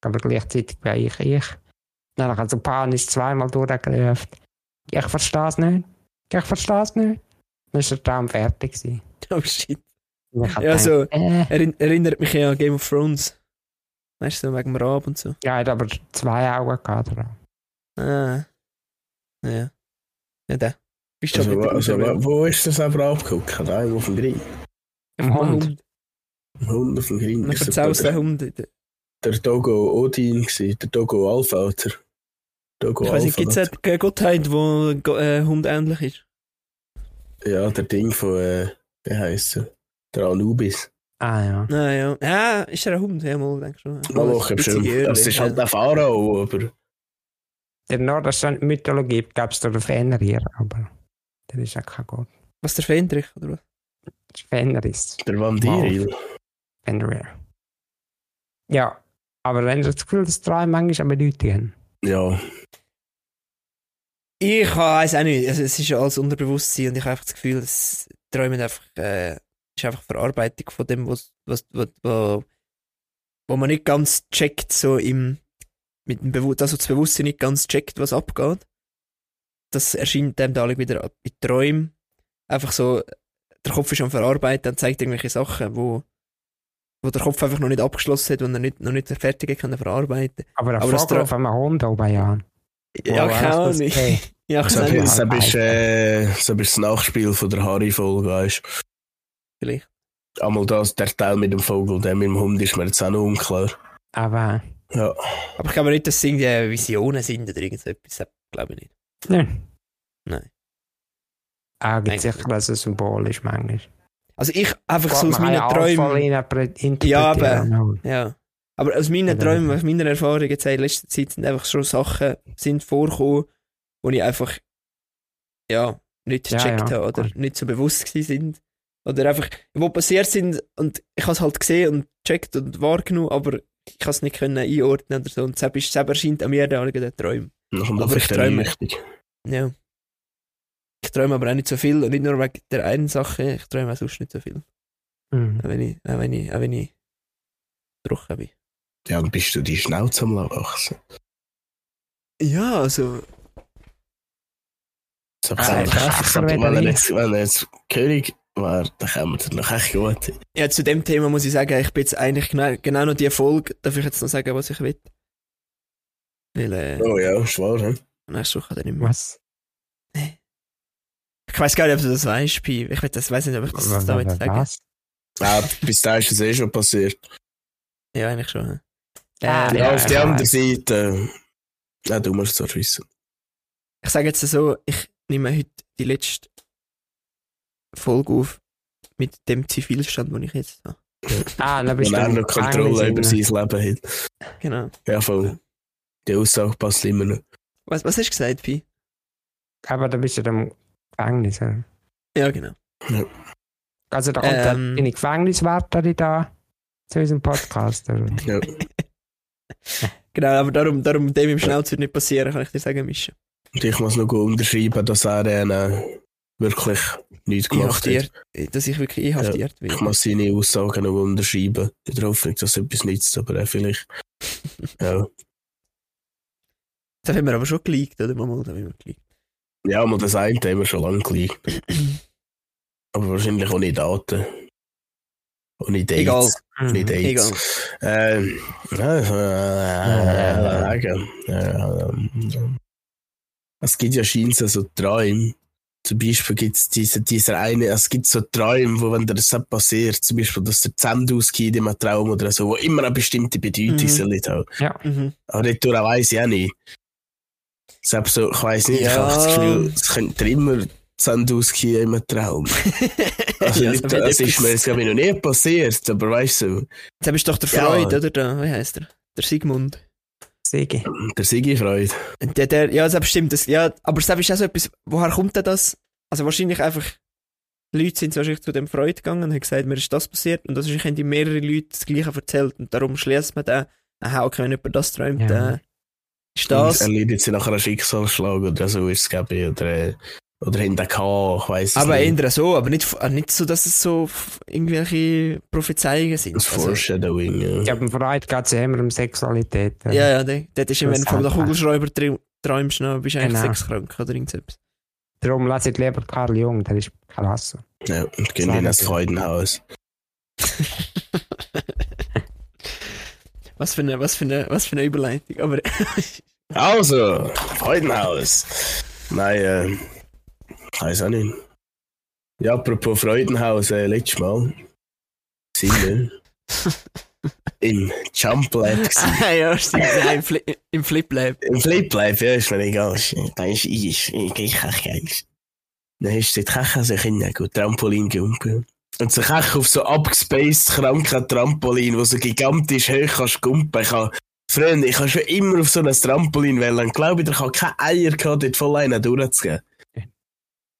Speaker 3: aber gleichzeitig bin ich ich. Dann habe ich also panisch zweimal durchgerufen. Ich verstehe es nicht. Ich verstehe es nicht. Dann war der Traum fertig. Gewesen.
Speaker 1: oh shit.
Speaker 3: Und ich habe
Speaker 1: Ja,
Speaker 3: gedacht,
Speaker 1: so-
Speaker 3: äh,
Speaker 1: Erin erinnert mich ja an Game of Thrones. Weißt du, so wegen dem Rab und so.
Speaker 3: ja, er hat aber zwei Augen gehabt. oder?
Speaker 1: Ah. Ja. Ja, der. Bist du schon
Speaker 2: Also,
Speaker 1: wieder
Speaker 2: wa- also, wa-
Speaker 1: raus?
Speaker 2: wo ist das aber abgeguckt? Keine Ahnung, auf dem Green.
Speaker 3: Im Hund.
Speaker 2: Ein Hund auf dem Green.
Speaker 1: Man
Speaker 2: Ist
Speaker 1: verzählt es
Speaker 2: der,
Speaker 1: den Hund. Ich
Speaker 2: der Togo Odin gewesen, der Togo Alfalter. Togo
Speaker 1: weiß nicht, gibt es
Speaker 2: Alphalter.
Speaker 1: eine Gottheit, wo ein Go- äh, Hund ähnlich ist?
Speaker 2: Ja, der Ding von, äh, wie heisst er? Der Anubis.
Speaker 3: Ah ja.
Speaker 1: Ah, ja. Ja, ist er ein Hund? Ja, mal, denk schon.
Speaker 2: Mal machen, bestimmt. Das ist halt der Pharao, aber
Speaker 3: In der nordischen Mythologie gab es den Fenner hier, aber der ist ja kein Gott.
Speaker 1: Was, der Fendrich, oder was?
Speaker 3: Fenner ist
Speaker 2: der Vandiril.
Speaker 3: Fenrir. Ja, aber wenn ihr das Gefühl, dass drei manchmal eine Bedeutung haben.
Speaker 2: Ja,
Speaker 1: Ich weiß auch nicht. Also, es ist ja alles Unterbewusstsein und ich habe einfach das Gefühl, dass Träumen einfach, äh, ist einfach Verarbeitung von dem, was, was, was, wo, wo man nicht ganz checkt, so im, mit dem Bewu das, was das Bewusstsein nicht ganz checkt, was abgeht. Das erscheint dem da alle wieder ab- in Träumen. Einfach so, der Kopf ist am Verarbeiten und zeigt irgendwelche Sachen, wo, wo der Kopf einfach noch nicht abgeschlossen hat und er nicht, noch nicht fertig kann verarbeiten.
Speaker 3: Aber eine
Speaker 1: Aber das
Speaker 3: Frage
Speaker 1: Tra-
Speaker 3: auf einem Hund oben, ja.
Speaker 1: Ja, keine
Speaker 3: dus
Speaker 1: Ahnung. Ja,
Speaker 2: so,
Speaker 1: keine
Speaker 3: bin-
Speaker 1: Ahnung.
Speaker 2: bist-
Speaker 3: ich-
Speaker 2: so bist äh, so bist das Nachspiel von der Harry-Folge, weißt du?
Speaker 1: Vielleicht.
Speaker 2: Einmal das, der Teil mit dem Vogel, der mit dem Hund ist mir jetzt auch noch unklar.
Speaker 3: Aber
Speaker 2: Ja,
Speaker 1: Aber ich glaube nicht, dass es irgendwie Visionen sind oder irgend so etwas. Das glaube ich nicht.
Speaker 3: nein. Ah,
Speaker 1: Nein.
Speaker 3: Auch
Speaker 1: Nein.
Speaker 3: gibt sicher, dass es Symbol ist manchmal.
Speaker 1: Also ich einfach
Speaker 3: Gott,
Speaker 1: so aus
Speaker 3: man kann
Speaker 1: meinen
Speaker 3: ja auch voll
Speaker 1: Träumen.
Speaker 3: interpre-
Speaker 1: Ja,
Speaker 3: interpretieren. aber.
Speaker 1: Ja. Aber aus meinen
Speaker 3: Oder-
Speaker 1: Träumen, aus meiner Erfahrung jetzt auch in letzter Zeit sind einfach schon Sachen sind vorgekommen, wo ich einfach ja nicht
Speaker 3: Ja,
Speaker 1: gecheckt
Speaker 3: ja,
Speaker 1: habe oder
Speaker 3: klar.
Speaker 1: nicht so bewusst gewesen sind. Oder einfach, wo passiert sind und ich habe es halt gesehen und gecheckt und wahrgenommen, aber ich kann es nicht können einordnen oder so. Und deshalb, ist, deshalb erscheint an mir dann der Träum.
Speaker 2: dann kommt
Speaker 1: Aber
Speaker 2: einfach
Speaker 1: ich
Speaker 2: der
Speaker 1: träume.
Speaker 2: richtig.
Speaker 1: Ja. Ich träume aber auch nicht so viel und nicht nur wegen der einen Sache, ich träume auch sonst nicht so viel.
Speaker 3: Mhm.
Speaker 1: Auch wenn ich, auch wenn ich, auch wenn ich trocken bin.
Speaker 2: Ja, dann bist du die Schnauze am Wachsen.
Speaker 1: Ja, also.
Speaker 2: So,
Speaker 3: Ah,
Speaker 2: wenn,
Speaker 3: das ist schon
Speaker 2: wenn,
Speaker 3: wieder
Speaker 2: er
Speaker 3: rein.
Speaker 2: jetzt, wenn er jetzt König wäre, dann kämen wir noch echt gut hin.
Speaker 1: Ja, zu dem Thema muss ich sagen, ich bin jetzt eigentlich genau, genau noch die Folge, darf ich jetzt noch sagen, was ich will. Weil, äh,
Speaker 2: Oh ja, ist wahr, hä?
Speaker 1: nächste Woche dann nicht mehr.
Speaker 3: Was?
Speaker 1: Ich weiß gar nicht, ob du das weißt, Pi. Ich will das, weiß nicht, ob ich das
Speaker 3: Was?
Speaker 1: damit sage.
Speaker 3: Was?
Speaker 2: Ah, bis dahin ist es eh schon passiert.
Speaker 1: Ja, eigentlich schon. hä?
Speaker 3: Ah,
Speaker 1: Ähm,
Speaker 2: Ja,
Speaker 3: Ja,
Speaker 2: auf
Speaker 3: ich
Speaker 2: der anderen
Speaker 3: weiß.
Speaker 2: Seite. Äh, ja, du musst es auch wissen.
Speaker 1: Ich sage jetzt so, ich nehme heute die letzte Folge auf mit dem Zivilstand, den ich jetzt habe.
Speaker 3: Ah, dann bist
Speaker 2: Wenn
Speaker 3: du
Speaker 2: er
Speaker 3: im
Speaker 2: noch Kontrolle über
Speaker 3: Gefängnis
Speaker 2: sein
Speaker 3: drin.
Speaker 2: Leben hat.
Speaker 1: Genau.
Speaker 2: Ja, voll. Die Aussage passt immer noch.
Speaker 1: Was, was hast du gesagt, Pi?
Speaker 3: Aber dann bist du im Gefängnis. oder?
Speaker 1: Ja, genau.
Speaker 3: Also da kommt dann
Speaker 1: Ähm.
Speaker 3: deine Gefängniswärterin da zu unserem Podcast. Oder?
Speaker 2: Ja.
Speaker 1: Genau, aber darum, darum dem im Schnauze wird nicht passieren, kann ich dir sagen, Mischa.
Speaker 2: Und ich muss noch gut unterschreiben, dass er äh, wirklich nichts gemacht hat.
Speaker 1: Inhaftiert, dass ich wirklich inhaftiert
Speaker 2: Ich
Speaker 1: werde.
Speaker 2: muss seine Aussagen noch unterschreiben. In der Hoffnung, dass etwas nützt, aber äh, vielleicht. Ja.
Speaker 1: Das haben wir aber schon geleakt, oder? Mal, das haben wir geleakt.
Speaker 2: ja, aber das eine haben wir schon lange gelegt. Aber wahrscheinlich ohne Daten. Ohne Dates.
Speaker 1: Egal.
Speaker 2: Ohne
Speaker 3: Mhm.
Speaker 2: Dates.
Speaker 1: Egal.
Speaker 2: Ähm, ja, äh, äh, äh, ähm, es gibt ja scheinbar so Träume. Zum Beispiel gibt es diese, dieser eine, es gibt so Träume, wo wenn dir das hat passiert, zum Beispiel, dass der Zahn ausgeht in einem Traum oder so, wo immer eine bestimmte Bedeutung
Speaker 1: Mhm.
Speaker 2: soll nicht haben.
Speaker 1: Mhm.
Speaker 2: Aber nicht durch weiss ich auch nicht. Selbst so, ich weiß nicht, ich
Speaker 1: Ja.
Speaker 2: habe das Gefühl, es könnte immer Sandowski in einem Traum. Also,
Speaker 1: Ja,
Speaker 2: nicht,
Speaker 1: so wird
Speaker 2: das ist
Speaker 1: etwas.
Speaker 2: mir jetzt, glaube ich, noch nie passiert, aber weißt du,
Speaker 1: Jetzt bist du doch der
Speaker 2: Ja.
Speaker 1: Freud, oder? Der, wie heißt er? Der Sigmund.
Speaker 3: Sigi.
Speaker 2: der Sigi Freud.
Speaker 1: Der, der, ja, das stimmt. Das, ja, aber das ist auch so etwas, woher kommt denn das? Also wahrscheinlich einfach, Leute sind wahrscheinlich zu dem Freud gegangen und haben gesagt, mir ist das passiert. Und das ist, haben die mehrere Leute das Gleiche erzählt. Und darum schließt man den, aha, okay, wenn jemand das träumt,
Speaker 3: Ja.
Speaker 1: dann ist
Speaker 2: Das.
Speaker 1: das.
Speaker 2: Und erleidet sie nachher einen Schicksalsschlag oder so ist es, glaube ich, oder, äh, oder haben den gehabt, ich weiß es
Speaker 1: aber
Speaker 2: nicht.
Speaker 1: eher so, aber nicht, f- äh, nicht so, dass es so f- irgendwelche Prophezeiungen sind.
Speaker 2: Das
Speaker 1: Also,
Speaker 2: Foreshadowing, ja.
Speaker 3: Ja, beim Freud geht es ja immer um Sexualität. oder?
Speaker 1: ja, ja, dort dort ist immer, wenn du von einem
Speaker 3: Interessant.
Speaker 1: Kugelschreiber trä- träumst, dann bist du eigentlich
Speaker 3: Genau.
Speaker 1: sexkrank oder irgendetwas.
Speaker 3: Darum lasse ich lieber Karl Jung, der ist klasse.
Speaker 2: ja und gehen wir in das Freudenhaus.
Speaker 1: Was für eine, was für eine, was für eine Überleitung. Aber
Speaker 2: Also, Freudenhaus. Nein, äh, weiß auch nicht. Ja, apropos Freudenhaus, äh, letztes Mal sind wir im Jump Lab gewesen.
Speaker 1: Ah, ja, stimmt. Nein, im, Fli im Flip Lab.
Speaker 2: Im Flip Lab, ja, ist mir egal. Da ist ich, ich, ich kann keins. Dann hast du die Kechen sich hinein, Trampolin gumpen. Und so Kechen auf so abgespaced kranken Trampolin, wo so gigantisch hoch kannst gumpen. Ich hab, Freunde, ich hab schon immer auf so ein Trampolin wollen. Und glaube ich, ich hab keine Eier gehabt, dort voll einen durchzugehen.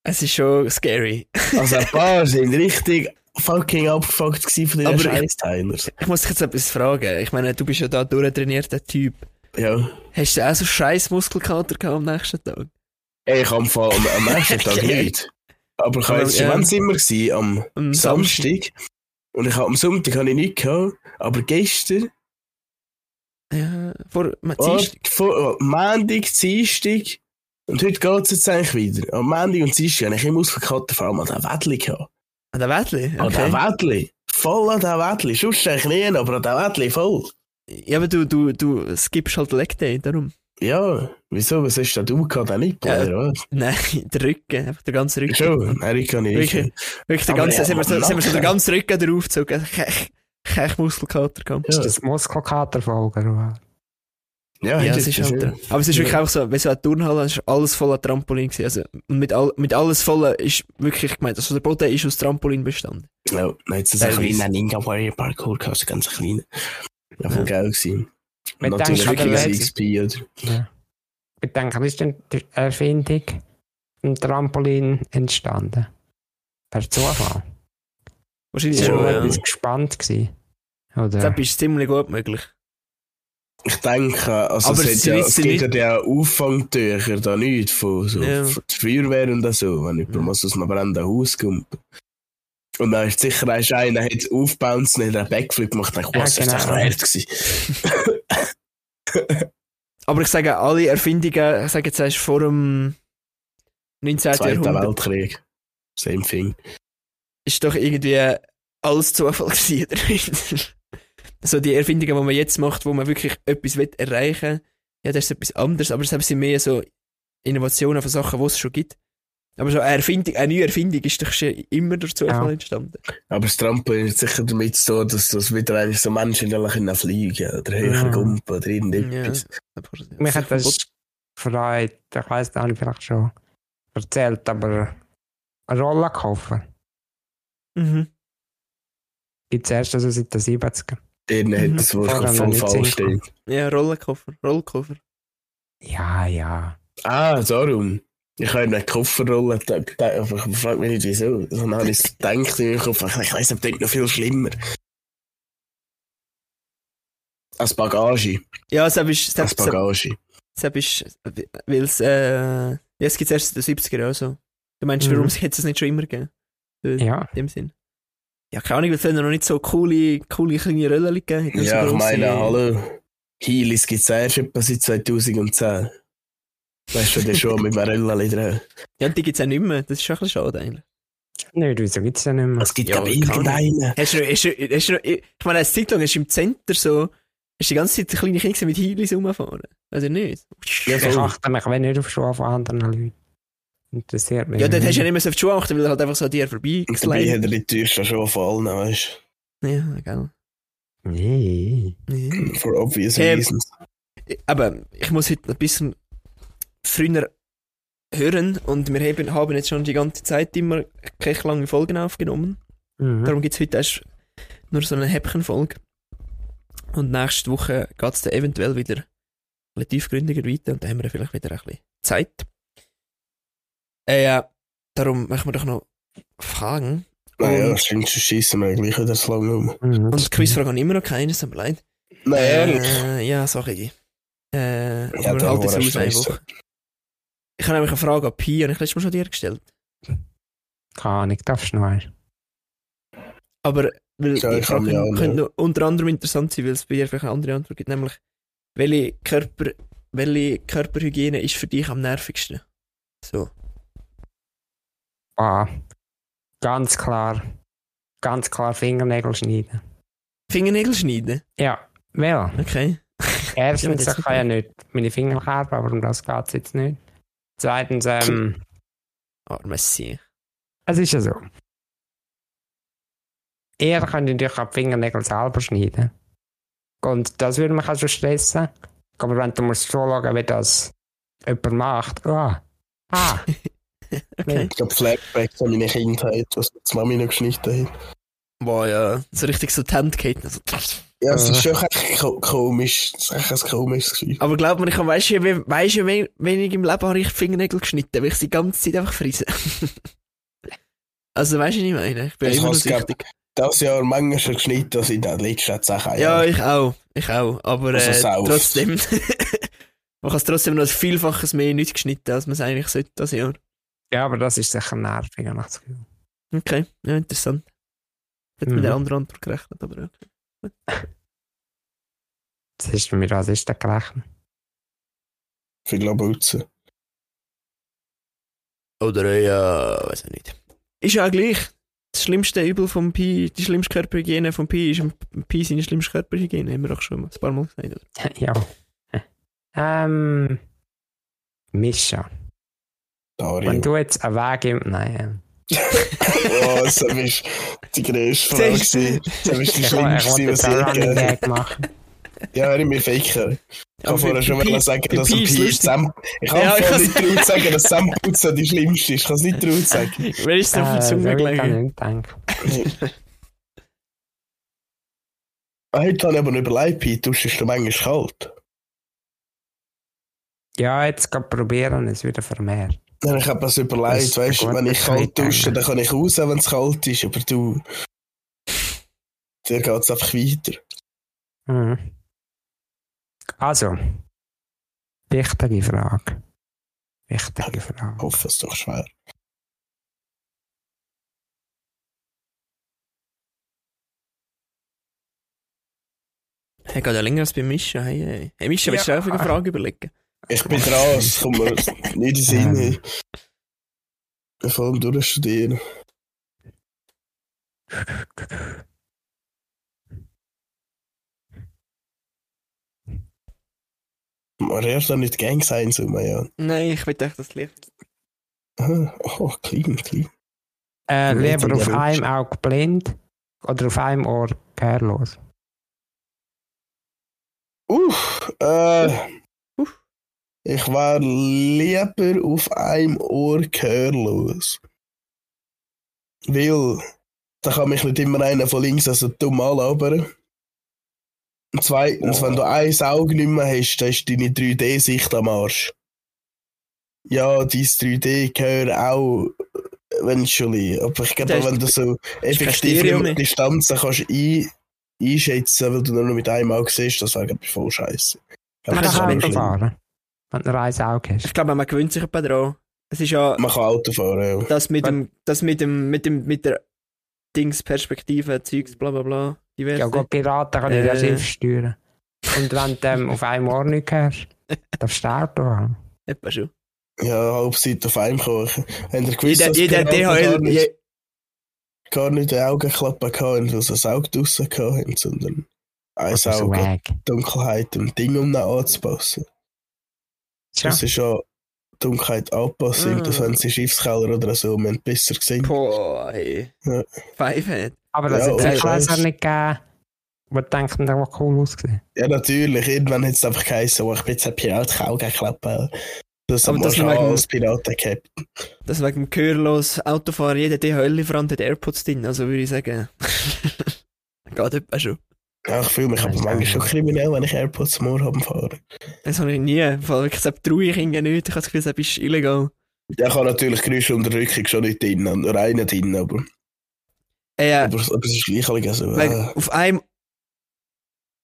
Speaker 1: Es ist schon scary.
Speaker 2: Also ein paar sind richtig fucking abgefuckt gewesen von den
Speaker 1: Aber ich-
Speaker 2: Scheiß-Teilers.
Speaker 1: Ich muss dich jetzt etwas fragen. Ich meine, du bist ja da durchtrainierter Typ.
Speaker 2: Ja.
Speaker 1: Hast du auch so scheiß Muskelkater gehabt am nächsten Tag?
Speaker 2: Ey, Ich hab am, Fall am, am nächsten Tag
Speaker 1: Okay.
Speaker 2: nicht. Aber ich hab
Speaker 1: Aber,
Speaker 2: jetzt,
Speaker 1: ja.
Speaker 2: wann sind wir gewesen? Am...
Speaker 1: Am
Speaker 2: Samstag. Und ich hab, am Sonntag habe ich nicht gehabt, aber gestern,
Speaker 1: Ja, vor am
Speaker 2: oh,
Speaker 1: Dienstag.
Speaker 2: vor, oh, Montag, Dienstag, und heute geht's jetzt eigentlich wieder. Am Montag und Dienstag habe ich immer ausgekater, vor allem an den Wädli gehabt.
Speaker 1: An der Wettli?
Speaker 2: An den
Speaker 1: Okay.
Speaker 2: Wädli. Voll an den Wädli. Sonst eigentlich nie, aber an den Wädli voll.
Speaker 1: Ja, aber du, du, du skippst halt Leg Day, darum.
Speaker 2: Ja, wieso, was ist da du gehabt, auch nicht,
Speaker 1: Ja.
Speaker 2: Bruder, oder?
Speaker 1: Nein, der Rücken, einfach der ganze Rücken.
Speaker 2: Schon, nein, ich kann nicht.
Speaker 1: Wirklich? Wirklich, der
Speaker 2: Aber
Speaker 1: ganze,
Speaker 2: ja,
Speaker 1: sind wir so,
Speaker 2: Mann,
Speaker 1: sind wir so der
Speaker 2: Nacken.
Speaker 1: ganze Rücken drauf gezogen. Kein Muskelkater gehabt.
Speaker 2: Ja,
Speaker 3: Ist das Muskelkaterfolge? oder
Speaker 2: ja,
Speaker 1: Ja,
Speaker 2: hätte
Speaker 1: es
Speaker 2: ich
Speaker 1: ist halt,
Speaker 2: gesehen.
Speaker 1: aber es ist
Speaker 2: Ja.
Speaker 1: wirklich auch so, wenn so eine Turnhalle ist, alles voller Trampolin gewesen. Also, und mit, all, mit alles voller ist wirklich gemeint, also der Boden ist aus Trampolin bestanden.
Speaker 2: Ja, nein, jetzt ist ein
Speaker 1: Teilweise.
Speaker 2: kleiner Ninja Warrior Parkour, gehabt, so ganz klein. Ja, voll
Speaker 1: Ja.
Speaker 2: geil gewesen.
Speaker 3: Mit dem
Speaker 2: Natürlich
Speaker 3: kann
Speaker 2: wirklich
Speaker 3: der
Speaker 2: ein
Speaker 3: weg sein.
Speaker 2: XP, oder?
Speaker 3: was? Ja. Ich denke, das ist dann die Erfindung im Trampolin entstanden. Per Zufall.
Speaker 1: Wahrscheinlich
Speaker 3: Ich
Speaker 2: Ja,
Speaker 1: schon,
Speaker 3: war
Speaker 1: ja.
Speaker 3: etwas gespannt. Gewesen.
Speaker 1: Das
Speaker 3: Oder?
Speaker 1: ist ziemlich gut möglich.
Speaker 2: Ich denke, also
Speaker 1: Aber
Speaker 2: es,
Speaker 1: es
Speaker 2: hat ja,
Speaker 1: sind
Speaker 2: es
Speaker 1: nicht-
Speaker 2: gibt ja die auch Auffangtücher da nicht von so
Speaker 1: Ja.
Speaker 2: von der Feuerwehr und so, wenn jemand
Speaker 1: Ja.
Speaker 2: muss aus einem brennenden Haus kommt. Und dann ist sicher erst einer, hat es aufgebounced und hat einen Backflip gemacht und denkt,
Speaker 3: Ja,
Speaker 2: was ist
Speaker 3: genau.
Speaker 2: das noch hart gewesen?
Speaker 1: Aber ich sage, alle Erfindungen, ich sage jetzt, erst vor dem 19.
Speaker 2: Zweiter
Speaker 1: Jahrhundert,
Speaker 2: Weltkrieg. Same thing.
Speaker 1: ist doch irgendwie alles Zufall gewesen. oder? so die Erfindungen, die man jetzt macht, wo man wirklich etwas will erreichen will, ja, das ist etwas anderes, aber das sind mehr so Innovationen von Sachen, die es schon gibt. Aber so eine, Erfindung, eine neue Erfindung ist doch schon immer durch Zufall
Speaker 3: Ja.
Speaker 1: entstanden.
Speaker 2: Aber das Trampolin hat sicher damit zu tun, dass das wieder eigentlich so Menschen dann können fliegen oder höher
Speaker 3: Ja.
Speaker 2: gumpen oder
Speaker 1: Ja.
Speaker 2: irgendetwas.
Speaker 3: Mich hat das gefreut. Ich weiß gar nicht, vielleicht schon erzählt, aber Rollenkoffer
Speaker 1: Mhm.
Speaker 3: gibt es erst also seit den 70ern.
Speaker 2: Irgendwer
Speaker 1: Mhm.
Speaker 2: hat das Wort
Speaker 3: Vorher
Speaker 2: voll
Speaker 3: noch nicht
Speaker 2: falsch
Speaker 3: sehen
Speaker 2: stehen.
Speaker 1: Ja, Rollenkoffer. Rollkoffer.
Speaker 3: Ja, ja.
Speaker 2: Ah, darum. Ich habe einen Kofferrolle gedacht, aber ich frage mich nicht wieso. Dann habe ich es gedacht in meinem Kopf, ich dachte, weiss, das klingt noch viel schlimmer. Als Bagage.
Speaker 1: Ja, Sepp ist, Sepp,
Speaker 2: Als
Speaker 1: Sepp,
Speaker 2: Bagage.
Speaker 1: Sepp ist, weil es, äh, ja, es gibt es erst in den 70er Jahren, also. Du meinst,
Speaker 3: Mhm.
Speaker 1: warum hätte es nicht schon immer gegeben?
Speaker 3: Ja,
Speaker 1: In dem Sinn. Ja, keine Ahnung, weil es früher noch nicht so coole, coole kleine Röllchen gegeben hat. nur so
Speaker 2: Ja, ich
Speaker 1: grosse-
Speaker 2: meine, hallo. Heelys gibt es erst etwa seit 2010. Weißt du, der schon mit einem Röllchen dran.
Speaker 1: Ja, und die gibt es auch nicht mehr. Das ist schon ein bisschen schade eigentlich.
Speaker 3: nicht, wieso gibt es ja nicht mehr?
Speaker 2: Es gibt
Speaker 1: Ja,
Speaker 2: ja, aber
Speaker 1: kann ich.
Speaker 2: irgendeinen.
Speaker 1: Hast du, noch- hast du, hast du, noch- ich ich meine, eine Zeit lang hast du im Center so, hast du die ganze Zeit kleine Kinder gesehen mit Heelys rumfahren. Oder nicht?
Speaker 2: Ja,
Speaker 1: also-
Speaker 3: Ich
Speaker 2: voll.
Speaker 3: achte mich wenn nicht auf Schuhe von anderen Leuten. Interessiert mich.
Speaker 1: Ja, dort hast du ja nicht
Speaker 3: nicht.
Speaker 1: mehr so auf die Schuhe achten, weil er halt einfach so an dir vorbei
Speaker 2: Und dabei hat er die Tür schon fallen, weißt
Speaker 1: Ja, gell.
Speaker 3: Nee.
Speaker 1: Ja.
Speaker 2: du. For obvious
Speaker 1: Ähm,
Speaker 2: reasons.
Speaker 1: Aber ich muss heute ein bisschen früher hören und wir haben, haben jetzt schon die ganze Zeit immer keine lange Folgen aufgenommen.
Speaker 3: Mhm.
Speaker 1: Darum gibt es heute erst nur so eine Häppchenfolge. Und nächste Woche geht es dann eventuell wieder ein bisschen tiefgründiger weiter und dann haben wir dann vielleicht wieder ein bisschen Zeit. Äh, ja, darum machen wir doch noch Fragen.
Speaker 2: Naja,
Speaker 1: Und-
Speaker 2: stimmt, schon schießen wir gleich wieder zu lange um.
Speaker 3: Mhm.
Speaker 1: Und die Quizfragen haben immer noch keine, es tut mir leid.
Speaker 2: Nein, ehrlich.
Speaker 1: äh, ja, sorry. Äh,
Speaker 2: Ja,
Speaker 1: wir
Speaker 2: da
Speaker 1: halten es aus
Speaker 2: war
Speaker 1: eine
Speaker 2: Scheisse.
Speaker 1: Woche. Ich habe nämlich eine Frage an Pi und ich habe letztes Mal schon dir gestellt.
Speaker 3: Keine Ahnung, darfst du noch einmal?
Speaker 1: Aber weil
Speaker 2: Ja,
Speaker 1: die
Speaker 2: ich
Speaker 1: Frage
Speaker 2: kann mich auch
Speaker 1: könnte noch unter anderem interessant sein, weil es bei dir vielleicht eine andere Antwort gibt, nämlich welche, Körper, welche Körperhygiene ist für dich am nervigsten? So.
Speaker 3: Ah, ganz klar. Ganz klar Fingernägel schneiden.
Speaker 1: Fingernägel schneiden?
Speaker 3: Ja, weil.
Speaker 1: Okay.
Speaker 3: Erstens,
Speaker 1: Ja, das
Speaker 3: ich kann ja nicht meine Finger kerben, aber um das geht es jetzt nicht. Zweitens, ähm,
Speaker 1: Arme Sieg.
Speaker 3: es ist ja so. Ihr könnt natürlich auch die Fingernägel selber schneiden. Und das würde mich auch schon stressen. Aber wenn du musst so schauen, wie das jemand macht. Ah, ah.
Speaker 1: Okay.
Speaker 2: Ich glaube, Flashbacks an meine Kindheit, was die Mami noch geschnitten hat.
Speaker 1: Boah, ja. So richtig so die Hand geht. Also.
Speaker 2: Ja, es
Speaker 3: Äh.
Speaker 2: ist schon echt ko- komisch. Es ist echt ein komisches Gefühl.
Speaker 1: Aber glaub mir, ich habe, weißt du, we- weisst du, we- wenig im Leben habe ich die Fingernägel geschnitten, weil ich sie die ganze Zeit einfach frise. also, weißt du, was ich meine? Ich bin
Speaker 2: Ich
Speaker 1: immer noch
Speaker 2: hab's gehabt.
Speaker 1: süchtig.
Speaker 2: Das Jahr manchmal schon geschnitten, dass ich in den letzten Sachen
Speaker 1: Ja, ich auch. Ich auch. Aber
Speaker 2: Also
Speaker 1: äh,
Speaker 2: sauf.
Speaker 1: trotzdem. man kann es trotzdem noch ein Vielfaches mehr nicht geschnitten, als man es eigentlich sollte das Jahr.
Speaker 3: Ja, aber das ist sicher nervig, habe ich das Gefühl.
Speaker 1: Okay, ja, interessant. Ich hätte
Speaker 3: Mhm.
Speaker 1: mit einer anderen Antwort gerechnet, aber ja.
Speaker 3: Das ist mir als ist der gerechnet.
Speaker 2: für Glaubautzen.
Speaker 1: Oder äh, ja, weiß ich nicht. Ist ja auch gleich. Das schlimmste Übel vom Pi, die schlimmste Körperhygiene vom Pi ist Pi seine schlimmste Körperhygiene, haben wir doch schon mal ein paar Mal gesagt, oder?
Speaker 3: ja. Ähm, Mischa. Wenn
Speaker 2: Dario.
Speaker 3: du jetzt einen Weg im. Nein. ähm,
Speaker 2: Oh, das ist die grösste Frage.
Speaker 1: Siehst du?
Speaker 2: gewesen. Das ist die
Speaker 3: Ich wollte ich
Speaker 2: schlimmste,
Speaker 3: wollte
Speaker 2: die was
Speaker 3: jetzt einen
Speaker 2: ich
Speaker 3: Running
Speaker 2: je
Speaker 3: Gag machen.
Speaker 2: Ja, hör ich mir faken. Ich
Speaker 1: Aber
Speaker 2: kann vorher
Speaker 1: bei-
Speaker 2: schon
Speaker 1: bei
Speaker 2: mal
Speaker 1: Pi-
Speaker 2: sagen,
Speaker 1: bei
Speaker 2: dass
Speaker 1: Pi
Speaker 2: ein
Speaker 1: ist
Speaker 2: Pi
Speaker 1: lustig.
Speaker 2: Sam. Ich kann
Speaker 1: Ja, ich
Speaker 2: vorher
Speaker 1: kann's-
Speaker 2: nicht traut sagen, dass Samputzen die schlimmste ist. Ich kann es nicht traut sagen.
Speaker 1: Wer ist denn auf
Speaker 3: Äh,
Speaker 1: die Zunge
Speaker 3: so weit
Speaker 1: gelegen?
Speaker 3: habe ich nicht gedacht.
Speaker 2: Heute Ah, habe ich aber noch überlegt, Pi, du ist noch manchmal kalt.
Speaker 3: Ja, jetzt geht probieren, es wieder vermehrt.
Speaker 2: Dann habe ich mir das
Speaker 3: Das
Speaker 2: überlegt,
Speaker 3: ist
Speaker 2: weißt
Speaker 3: eine
Speaker 2: du, wenn
Speaker 3: gute
Speaker 2: ich kalt
Speaker 3: Idee.
Speaker 2: dusche, dann kann ich raus, wenn es kalt ist, aber du. Dann geht es einfach weiter.
Speaker 3: Mhm. Also, wichtige Frage. Wichtige
Speaker 2: Ich
Speaker 1: Oh,
Speaker 3: Frage.
Speaker 2: hoffe es ist doch schwer.
Speaker 1: Hey, geht ja länger als bei Mischa. Hey, hey. hey Mischa, willst du dir
Speaker 3: Ja.
Speaker 1: auch eine Frage überlegen?
Speaker 2: Ich bin dran, es kommt mir nicht in den Sinn. ey. Vor allem durchstudieren.
Speaker 3: Ähm,
Speaker 2: Man hört doch nicht Gang sein, so man ja.
Speaker 1: Nein, ich will echt das Licht.
Speaker 2: Aha, Oh, clean, clean.
Speaker 3: Äh,
Speaker 2: Nee,
Speaker 3: lieber
Speaker 2: die
Speaker 3: auf
Speaker 2: Rutsche.
Speaker 3: einem Auge blind oder auf einem Ohr gehörlos?
Speaker 2: Uff, äh.
Speaker 1: Uff.
Speaker 2: Ich war lieber auf einem Ohr gehörlos. Weil, da kann mich nicht immer einer von links also dumm anlabern. Und zweitens, wenn du ein Auge nicht mehr hast, dann ist deine 3D-Sicht am Arsch. Ja, dein 3D gehört auch äh, eventually. Aber ich
Speaker 1: Das
Speaker 2: glaube,
Speaker 1: ist-
Speaker 2: wenn du so effektiv
Speaker 1: Stereo
Speaker 2: immer
Speaker 1: mehr.
Speaker 2: die Distanzen kannst ein, einschätzen, weil du nur noch mit einem Auge siehst, das wäre, glaube ich, voll scheiße. Ich
Speaker 1: Man
Speaker 2: glaub,
Speaker 3: Man
Speaker 1: das
Speaker 3: kann
Speaker 1: ist
Speaker 3: Auto
Speaker 1: nicht
Speaker 3: fahren, wenn du nur ein Auge hast.
Speaker 1: Ich glaube, man gewöhnt sich ein paar dran. Es ist ja
Speaker 2: Man kann Auto fahren, ja.
Speaker 1: das mit dem, das mit dem, mit dem, mit der Dingsperspektive, Zeugs, bla bla bla. Diverse.
Speaker 3: Ja, gut, Piraten kann ich das
Speaker 1: Äh.
Speaker 3: Schiff steuern. Und wenn du ähm, auf einem Ohr nicht hörst, darfst du das Auto haben.
Speaker 1: Etwa schon.
Speaker 2: Ja, halb Seite auf einem Kuchen. Habt ihr gewusst,
Speaker 1: Jeder,
Speaker 2: dass
Speaker 1: jeder
Speaker 2: die Piraten
Speaker 1: DHL.
Speaker 2: gar nicht,
Speaker 1: Je,
Speaker 2: gar nicht eine Augenklappe hatten, weil sie das Auge draussen hatten, sondern ein
Speaker 3: Oder so
Speaker 2: Auge,
Speaker 3: Also weg.
Speaker 2: Dunkelheit, dem Ding um ihn anzupassen.
Speaker 3: Tja,
Speaker 2: Das ist ja Dunkelheit Anpassung,
Speaker 1: Mm.
Speaker 2: das haben sie Schiffskeller oder so, man hat besser gesehen.
Speaker 1: boah, ey.
Speaker 2: Ja.
Speaker 1: Five Head.
Speaker 3: aber das
Speaker 2: Ja,
Speaker 3: hat
Speaker 2: ohne
Speaker 3: es Gläser
Speaker 2: Scheiß.
Speaker 3: nicht gegeben, wo du denkst, der war cool ausgesehen.
Speaker 2: Ja, natürlich, irgendwann hat es einfach geheißen, oh, ich bin jetzt ein Pirat, ich kann Augenklappe. haben. Das
Speaker 1: Aber
Speaker 2: haben wir
Speaker 1: das
Speaker 2: schon
Speaker 1: wegen-
Speaker 2: als Piraten gehabt.
Speaker 1: Das wegen dem gehörlos Autofahren, jeder die Höllieferant hat AirPods drin, also würde ich sagen. Geht etwa schon.
Speaker 2: Ja, ich fühle mich aber
Speaker 3: Nein,
Speaker 2: manchmal
Speaker 3: nein.
Speaker 2: schon kriminell, wenn ich AirPods im Ohr habe fahre.
Speaker 1: Das habe ich nie. Im Fall wirklich, das traue ich irgendwie nicht. Ich habe das Gefühl, das ist illegal.
Speaker 2: Ja, ich habe natürlich Geräuschunterdrückung schon nicht drin, rein drin, aber,
Speaker 1: Äh,
Speaker 2: aber, aber es ist gleich alle so.
Speaker 1: Weil
Speaker 2: Äh,
Speaker 1: auf einem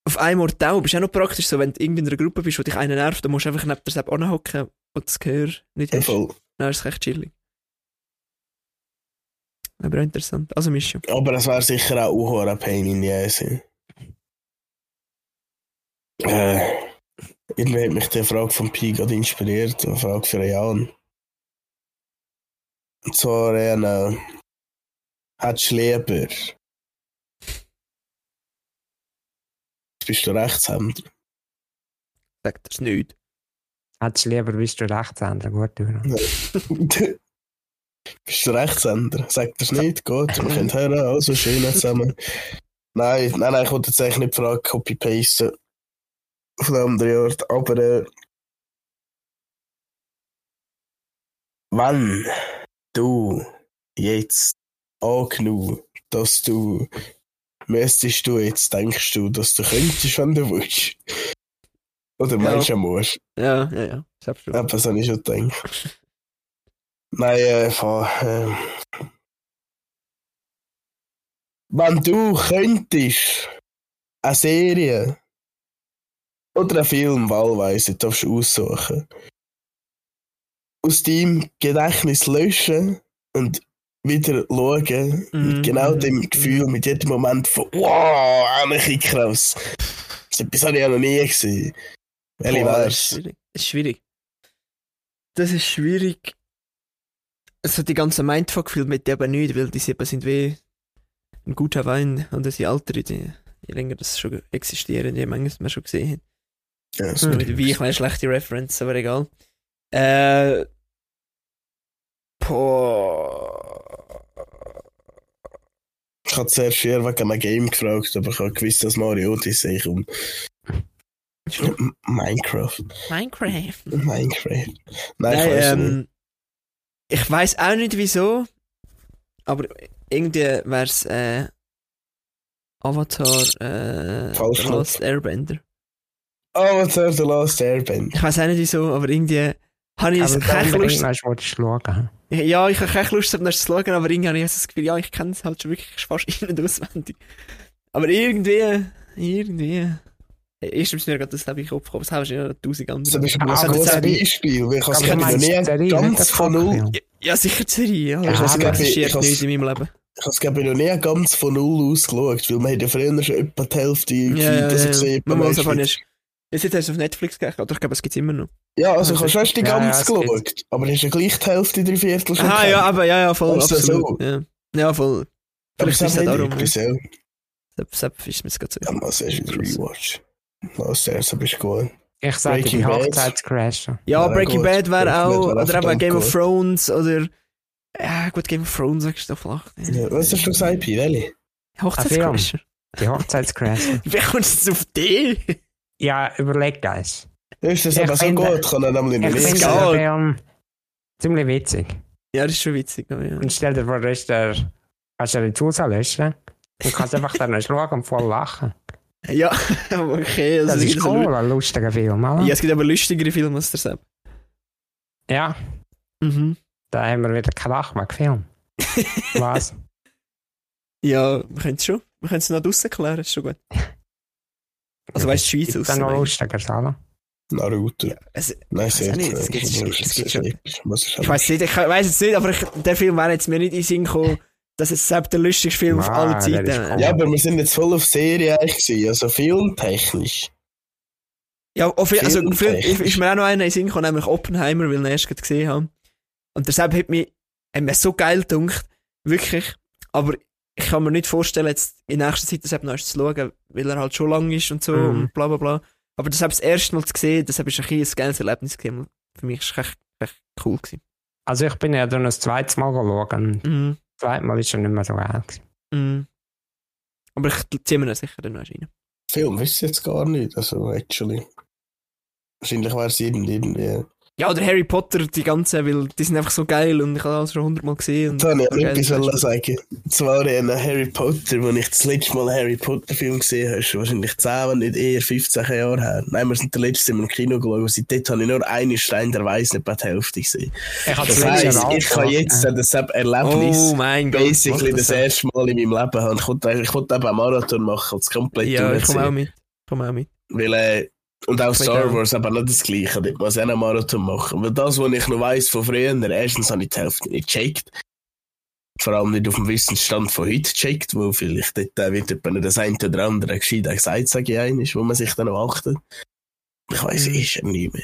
Speaker 1: auf einem Ort taub ist auch noch praktisch so, wenn du irgendwie in einer Gruppe bist, wo dich einer nervt, dann musst du einfach neben dir selbst anhocken und das Gehör nicht hast.
Speaker 2: voll.
Speaker 1: Dann ist es echt chillig. Aber auch interessant. Also Mischung.
Speaker 2: Aber es wäre sicher auch auch eine Pain in the Ass. Äh, irgendwie hat mich die Frage von Pi gerade inspiriert, eine Frage für Jan. Und zwar, Jan, äh, hättest du lieber... Bist du Rechtshänder?
Speaker 1: Sagt das nicht.
Speaker 3: Hättest du lieber, bist du Rechtshänder. Gut, du.
Speaker 2: Bist du Rechtshänder? Sagt das nicht? Gut, wir können hören, also schön zusammen. Nein, nein, nein, ich wollte jetzt eigentlich nicht die Frage copy-pasten auf einem anderen Ort, aber äh, wenn du jetzt angenommen, dass du müsstest du jetzt, denkst du, dass du könntest, wenn du willst? Oder meinst du, musst?
Speaker 1: Ja, ja, ja. Selbst
Speaker 2: Ja, das habe ich schon gedacht. Nein, äh, von, ähm, Wenn du könntest eine Serie oder einen Film wahlweise darfst du aussuchen, aus deinem Gedächtnis löschen und wieder schauen,
Speaker 1: Mhm.
Speaker 2: mit genau dem
Speaker 1: Mhm.
Speaker 2: Gefühl, mit jedem Moment von «Wow, Anarchie krass!» So etwas habe ich ja noch nie gesehen. Welche
Speaker 1: Boah, das ist schwierig. Das ist
Speaker 2: wär's?
Speaker 1: schwierig. Das ist schwierig. Also die ganzen Mindfuck-Filme mit eben nicht, weil die eben sind wie ein guter Wein und sie älter, die, je länger das schon existieren, je manches wir schon gesehen haben.
Speaker 2: Ja,
Speaker 1: Hm.
Speaker 2: sorry.
Speaker 1: Mit wie kleine schlechte Reference, aber egal. Äh. Boah.
Speaker 2: Ich habe zuerst vier wegen einem Game gefragt, aber ich habe gewusst, dass Mario Odyssey kommt. M- Minecraft.
Speaker 1: Minecraft.
Speaker 2: Minecraft. Nein, ich
Speaker 1: Nein,
Speaker 2: weiß nicht.
Speaker 1: ähm, ich weiß auch nicht wieso, aber irgendwie wäre es äh, Avatar äh,
Speaker 2: Falsch
Speaker 1: The Last Airbender.
Speaker 2: Avatar Oh, The Last Airbender.
Speaker 1: Ich weiß auch nicht wieso, aber irgendwie habe ich
Speaker 3: Aber
Speaker 1: keine
Speaker 3: wenn du
Speaker 1: Lust.
Speaker 3: irgendwas wolltest schauen.
Speaker 1: Ja, ich habe keine Lust, um das zu schauen, aber irgendwie habe ich das Gefühl, ja, ich kenne es halt schon wirklich fast in- und auswendig. Aber irgendwie, irgendwie. Erst ist mir gerade das Leben in den Kopf gekommen, das haben schon noch tausend
Speaker 2: Das
Speaker 1: andere.
Speaker 2: ist aber
Speaker 3: Aber
Speaker 2: ein gutes
Speaker 1: Serie-
Speaker 2: Beispiel, weil ich habe
Speaker 3: Aber
Speaker 2: es
Speaker 3: du
Speaker 2: glaub ich, noch
Speaker 3: meinst die Serie,
Speaker 2: nie
Speaker 3: nicht
Speaker 2: ganz
Speaker 3: den
Speaker 2: von null...
Speaker 3: Film.
Speaker 1: Ja, ja, sicher die Serie, ja.
Speaker 3: Ja,
Speaker 1: das
Speaker 3: aber-
Speaker 1: existiert
Speaker 2: Ich has-
Speaker 1: nicht in meinem Leben.
Speaker 2: Ich habe es glaub ich, noch nie ganz von null ausgeschaut, weil man hat ja früher schon etwa die Hälfte
Speaker 1: Ja, ja,
Speaker 2: gesehen, dass ich
Speaker 1: ja.
Speaker 2: gesehen
Speaker 1: Man muss aber
Speaker 2: habe.
Speaker 1: nicht. Jetzt hast du es auf Netflix gekriegt, oder? Ich glaube, es gibt es immer noch.
Speaker 2: Ja, also ich habe schon erst die
Speaker 3: Ja, ja,
Speaker 2: ganze
Speaker 3: es gibt-
Speaker 2: geschaut, aber hast ja gleich die Hälfte, drei Viertel schon
Speaker 1: Aha,
Speaker 2: gekannt.
Speaker 1: Ah, ja, aber ja, ja, voll.
Speaker 2: Also
Speaker 1: absolut.
Speaker 2: so.
Speaker 1: Ja. ja, voll.
Speaker 2: aber
Speaker 1: vielleicht
Speaker 2: ich
Speaker 1: ist es
Speaker 2: sage
Speaker 1: auch
Speaker 2: nicht
Speaker 1: darum,
Speaker 2: etwas, ja.
Speaker 1: Sepp, Sepp ist mir jetzt gerade so.
Speaker 2: Dann muss ich einen Rewatch. Last Airbender ist gut.
Speaker 3: Ich sage,
Speaker 2: Breaking
Speaker 3: die
Speaker 2: Bad.
Speaker 3: Hochzeit zu crashen.
Speaker 1: Ja,
Speaker 2: Ja,
Speaker 1: Breaking
Speaker 2: gut.
Speaker 1: Bad
Speaker 2: Breaking
Speaker 1: wäre
Speaker 2: Bad
Speaker 1: auch.
Speaker 2: wär auch
Speaker 1: Oder eben
Speaker 2: verdammt
Speaker 1: Game of
Speaker 2: gut.
Speaker 1: Thrones oder. Ja, gut, Game of Thrones sagst du flach.
Speaker 2: Ja, was hast du gesagt, Pi? Welche?
Speaker 1: Ah,
Speaker 3: Ein
Speaker 1: Hochzeitscrasher.
Speaker 3: Die Hochzeit zu crashen.
Speaker 1: Wie kommst du jetzt auf die?
Speaker 3: ja, überleg das.
Speaker 2: Ist das
Speaker 3: Ich
Speaker 2: aber so
Speaker 3: finde-
Speaker 2: gut? Kann er nämlich
Speaker 3: Ich
Speaker 2: nicht
Speaker 3: finde
Speaker 1: egal.
Speaker 3: den Film ziemlich witzig.
Speaker 1: Ja, das ist schon witzig, aber ja.
Speaker 3: Und stell dir vor, du hast der, kannst du die Zusa löschen und kannst einfach dann schauen und voll lachen.
Speaker 1: Ja, aber okay. Also
Speaker 3: Das,
Speaker 1: es
Speaker 3: ist
Speaker 1: gibt so-
Speaker 3: cool, ein lustiger Film, oder?
Speaker 1: Ja, es gibt aber lustigere Filme als der Sepp.
Speaker 3: Ja,
Speaker 1: Mhm.
Speaker 3: da haben wir wieder keinen Lachmack-Film. Was?
Speaker 1: Ja, wir können es schon. Wir können es noch draussen klären, ist schon gut. Also
Speaker 3: Ja,
Speaker 1: weißt du, die Schweiz
Speaker 3: Ist
Speaker 1: raus,
Speaker 3: dann noch
Speaker 1: meine ich.
Speaker 3: lustiger, oder?
Speaker 2: Naruto.
Speaker 1: Also,
Speaker 2: Nein,
Speaker 1: weiß
Speaker 2: sehr
Speaker 1: auch nicht, es gibt- es gibt- es gibt schon- Ich
Speaker 2: schon.
Speaker 1: weiß nicht, ich weiß jetzt nicht, aber ich, der Film wäre jetzt mir nicht in den Sinn gekommen, dass es selbst der lustigste Film auf
Speaker 3: Nein,
Speaker 1: aller
Speaker 3: der
Speaker 1: Zeiten
Speaker 3: ist
Speaker 1: wäre.
Speaker 3: cool.
Speaker 2: Ja, aber wir sind jetzt voll auf Serie eigentlich gewesen, also filmtechnisch.
Speaker 1: Ja, auf, also
Speaker 2: Film-
Speaker 1: Film, ist ist mir auch noch einer in den Sinn gekommen, nämlich Oppenheimer, weil ich ihn erst gerade gesehen habe. Und der Sepp hat mich, hat mir so geil gedunkt, wirklich. Aber ich kann mir nicht vorstellen, jetzt in nächster Zeit den Sepp noch erst zu schauen, weil er halt schon lang ist und so
Speaker 3: Mhm.
Speaker 1: und bla bla bla. Aber das Sepp das erste Mal zu sehen, das war ein, bisschen ein geiles Erlebnis. gewesen. Für mich war es echt, echt cool. Gewesen.
Speaker 3: Also ich bin ja dann das zweite Mal geschaut und das
Speaker 1: Mhm.
Speaker 3: zweite Mal ist schon nicht mehr so geil. gewesen.
Speaker 1: Mhm. Aber ich ziehe mir das sicher dann noch rein.
Speaker 2: Film wissen jetzt gar nicht, also actually. Wahrscheinlich wäre es irgendwie. irgendwie
Speaker 1: Ja, oder Harry Potter, die ganzen, weil die sind einfach so geil und ich habe das schon hundertmal gesehen. Und
Speaker 2: Da wollte ich
Speaker 1: Geil,
Speaker 2: etwas
Speaker 1: das
Speaker 2: wollen sagen. Zwar in Harry Potter, wo ich das letzte Mal Harry Potter Film gesehen habe, ist wahrscheinlich 10, wenn nicht eher 15 Jahre her. Nein, wir sind der letzte im Kino geschaut. Seitdem habe ich nur einen Stein der Weiß nicht bei der Hälfte gesehen.
Speaker 3: Ich habe
Speaker 2: Das
Speaker 1: letzte
Speaker 2: heisst, ich kann jetzt das Erlebnis
Speaker 1: Oh mein Gott.
Speaker 2: basically
Speaker 1: was ist
Speaker 2: das erste Mal in meinem Leben haben. Ich wollte ich wollte eben einen Marathon machen, das komplett
Speaker 1: Ja, ich komme auch
Speaker 2: durchziehen.
Speaker 1: mit. Ich komme auch mit.
Speaker 2: Weil, äh, und auch
Speaker 1: Vielleicht
Speaker 2: Star
Speaker 1: auch.
Speaker 2: Wars aber nicht das Gleiche. Dort muss ich auch einen Marathon machen. Weil das, was ich noch weiss von früher, erstens habe ich die Hälfte nicht gecheckt. Vor allem nicht auf dem Wissensstand von heute gecheckt, wo vielleicht dort äh, wird jemand nicht das eine oder andere gescheit gesagt, sage ich einmal, wo man sich dann noch achtet. Ich weiss,
Speaker 1: Mhm.
Speaker 2: ist er nicht mehr.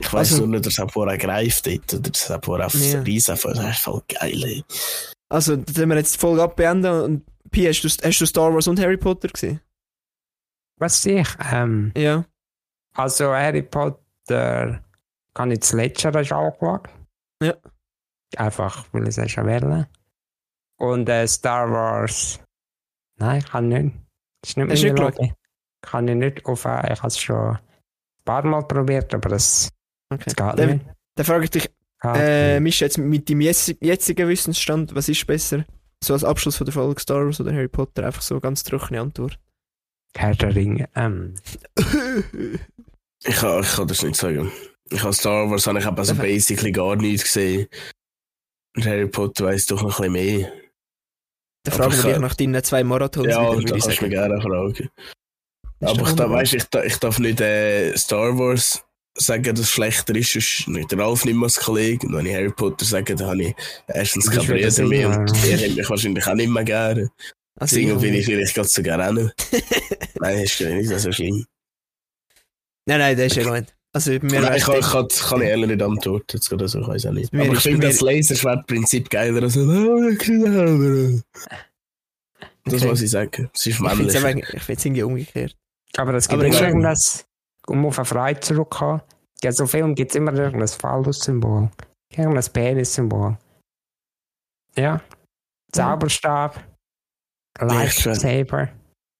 Speaker 2: Ich weiss
Speaker 1: Also-
Speaker 2: nur nicht, dass er vorher greift hat oder dass er vorher auf
Speaker 1: Ja.
Speaker 2: yeah. Reise fährt. Das ist voll geil. Ey.
Speaker 1: Also, dann haben wir jetzt die Folge abbeenden und Pi, hast du, hast du Star Wars und Harry Potter gesehen?
Speaker 3: Was sehe ich? Ähm,
Speaker 1: Ja.
Speaker 3: also Harry Potter kann ich das letzte das angeschaut.
Speaker 1: Ja.
Speaker 3: Einfach, weil ich es ja schon wählen. Und äh, Star Wars. Nein, ich kann nicht. Das
Speaker 1: Hast
Speaker 3: ist nicht
Speaker 1: du
Speaker 3: meine
Speaker 1: nicht geschaut?
Speaker 3: Lobby. Kann ich nicht aufhören. Ich habe es schon ein paar Mal probiert, aber das,
Speaker 1: Okay.
Speaker 3: das geht
Speaker 1: Dann,
Speaker 3: nicht.
Speaker 1: dann frage ich dich,
Speaker 3: Geht
Speaker 1: äh,
Speaker 3: nicht.
Speaker 1: Misch, jetzt mit deinem jes- jetzigen Wissensstand, was ist besser? So als Abschluss von der Folge Star Wars oder Harry Potter, einfach so eine ganz trockene Antwort.
Speaker 3: Herr der Ringe. Ähm,
Speaker 2: Ich kann, ich kann das nicht sagen. Ich habe Star Wars habe ich eben so
Speaker 1: Perfekt.
Speaker 2: basically gar nichts gesehen. Und Harry Potter weiss doch noch ein bisschen mehr.
Speaker 1: Dann fragen
Speaker 2: ich
Speaker 1: wir dich
Speaker 2: kann-
Speaker 1: nach deinen zwei Marathons
Speaker 2: Ja,
Speaker 1: wieder,
Speaker 2: da
Speaker 1: würde ich
Speaker 2: kannst du
Speaker 1: sagen.
Speaker 2: mich gerne fragen.
Speaker 1: Ist
Speaker 2: Aber
Speaker 1: doch
Speaker 2: ich darf,
Speaker 1: wunderbar.
Speaker 2: weißt, ich, darf, ich darf nicht äh, Star Wars sagen, dass es schlechter ist, sonst nicht der Ralf nicht mehr als Kollege. Und wenn ich Harry Potter sage, dann habe ich erstens
Speaker 3: Das
Speaker 2: keine
Speaker 3: ist wieder
Speaker 2: Brüder mehr
Speaker 3: Sinn,
Speaker 2: und
Speaker 3: ja.
Speaker 2: ihr hättet mich wahrscheinlich auch nicht mehr gerne.
Speaker 1: Also,
Speaker 2: Deswegen bin ich
Speaker 1: ich.
Speaker 2: vielleicht gerade sogar auch nicht. Nein, ist ja nicht so schlimm.
Speaker 1: Nein, nein, das ist ja gut. Also, mir
Speaker 2: Nein,
Speaker 1: reicht
Speaker 2: ich kann,
Speaker 1: das.
Speaker 2: ich kann, kann ich ehrlich nicht antworten, jetzt gerade so, ich weiß auch nicht.
Speaker 1: Mir
Speaker 2: Aber ich
Speaker 1: ist-
Speaker 2: finde
Speaker 1: mir-
Speaker 2: das Laserschwertprinzip geiler als oh, ich kann das haben. Das
Speaker 1: Okay.
Speaker 2: muss ich sagen. Es ist
Speaker 1: Ich finde
Speaker 2: männlich.
Speaker 1: es aber- ich find's irgendwie umgekehrt.
Speaker 3: Aber es gibt
Speaker 1: Aber
Speaker 3: immer
Speaker 1: nein.
Speaker 3: irgendwas, um auf eine Freude zurückzukommen. Ja, so Film gibt es immer irgendein Phallus-Symbol, irgendein Penis-Symbol. Ja. Zauberstab, Lightsaber.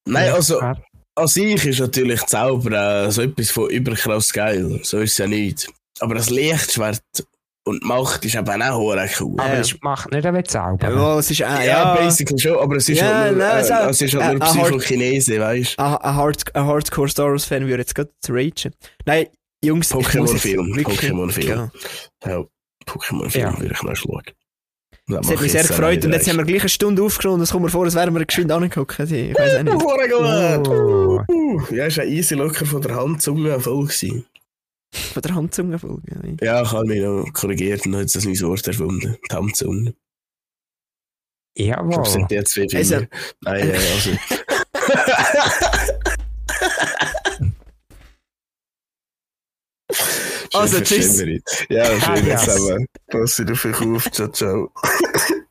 Speaker 2: Nein, also
Speaker 3: Ja.
Speaker 2: an sich ist natürlich Zauber äh, so etwas von überkrass geil. So ist es ja nicht. Aber das Lichtschwert und die Macht ist eben auch hure cool.
Speaker 3: Aber
Speaker 1: Ah, Ja.
Speaker 3: es macht nicht einen Zauber.
Speaker 1: Jawohl, es ist auch,
Speaker 2: ja,
Speaker 1: ja,
Speaker 2: basically schon, aber es ist
Speaker 1: Ja,
Speaker 2: halt nur,
Speaker 1: nein, es ist
Speaker 2: äh,
Speaker 1: auch-
Speaker 2: es ist halt nur
Speaker 1: äh, ein Hard-
Speaker 2: Psychokinese, weißt
Speaker 1: ein, ein, Hard, ein Hardcore Star Wars Fan würde jetzt gerade ragen. Nein, Jungs, ich muss jetzt
Speaker 2: Pokémon-Film,
Speaker 1: wirklich-
Speaker 2: Pokémon-Film.
Speaker 1: Ja.
Speaker 2: du? Ja, Pokémon-Film
Speaker 3: Ja.
Speaker 2: würde ich noch schlagen.
Speaker 1: Es hat mich sehr gefreut und jetzt haben wir gleich eine Stunde aufgenommen und es kommt mir vor, als wären wir geschwind angeguckt. Also, Ich weiß auch nicht.
Speaker 2: Hure gut!
Speaker 3: Oh.
Speaker 2: Uh, ja, ist ein easy locker von der Hand Zunge voll gewesen.
Speaker 1: Von der Handzungenfolge.
Speaker 2: Ja, ich habe mich noch korrigiert und habe jetzt ein neues Wort erfunden. Die Handzunge. Ich glaube, es
Speaker 3: Jawohl.
Speaker 2: sind jetzt zwei Finger.
Speaker 1: Also-
Speaker 2: Nein, äh, also...
Speaker 1: Also, tschüss.
Speaker 2: Ja, schön,
Speaker 3: Adios.
Speaker 2: jetzt haben wir. Pass auf euch auf. Ciao, ciao.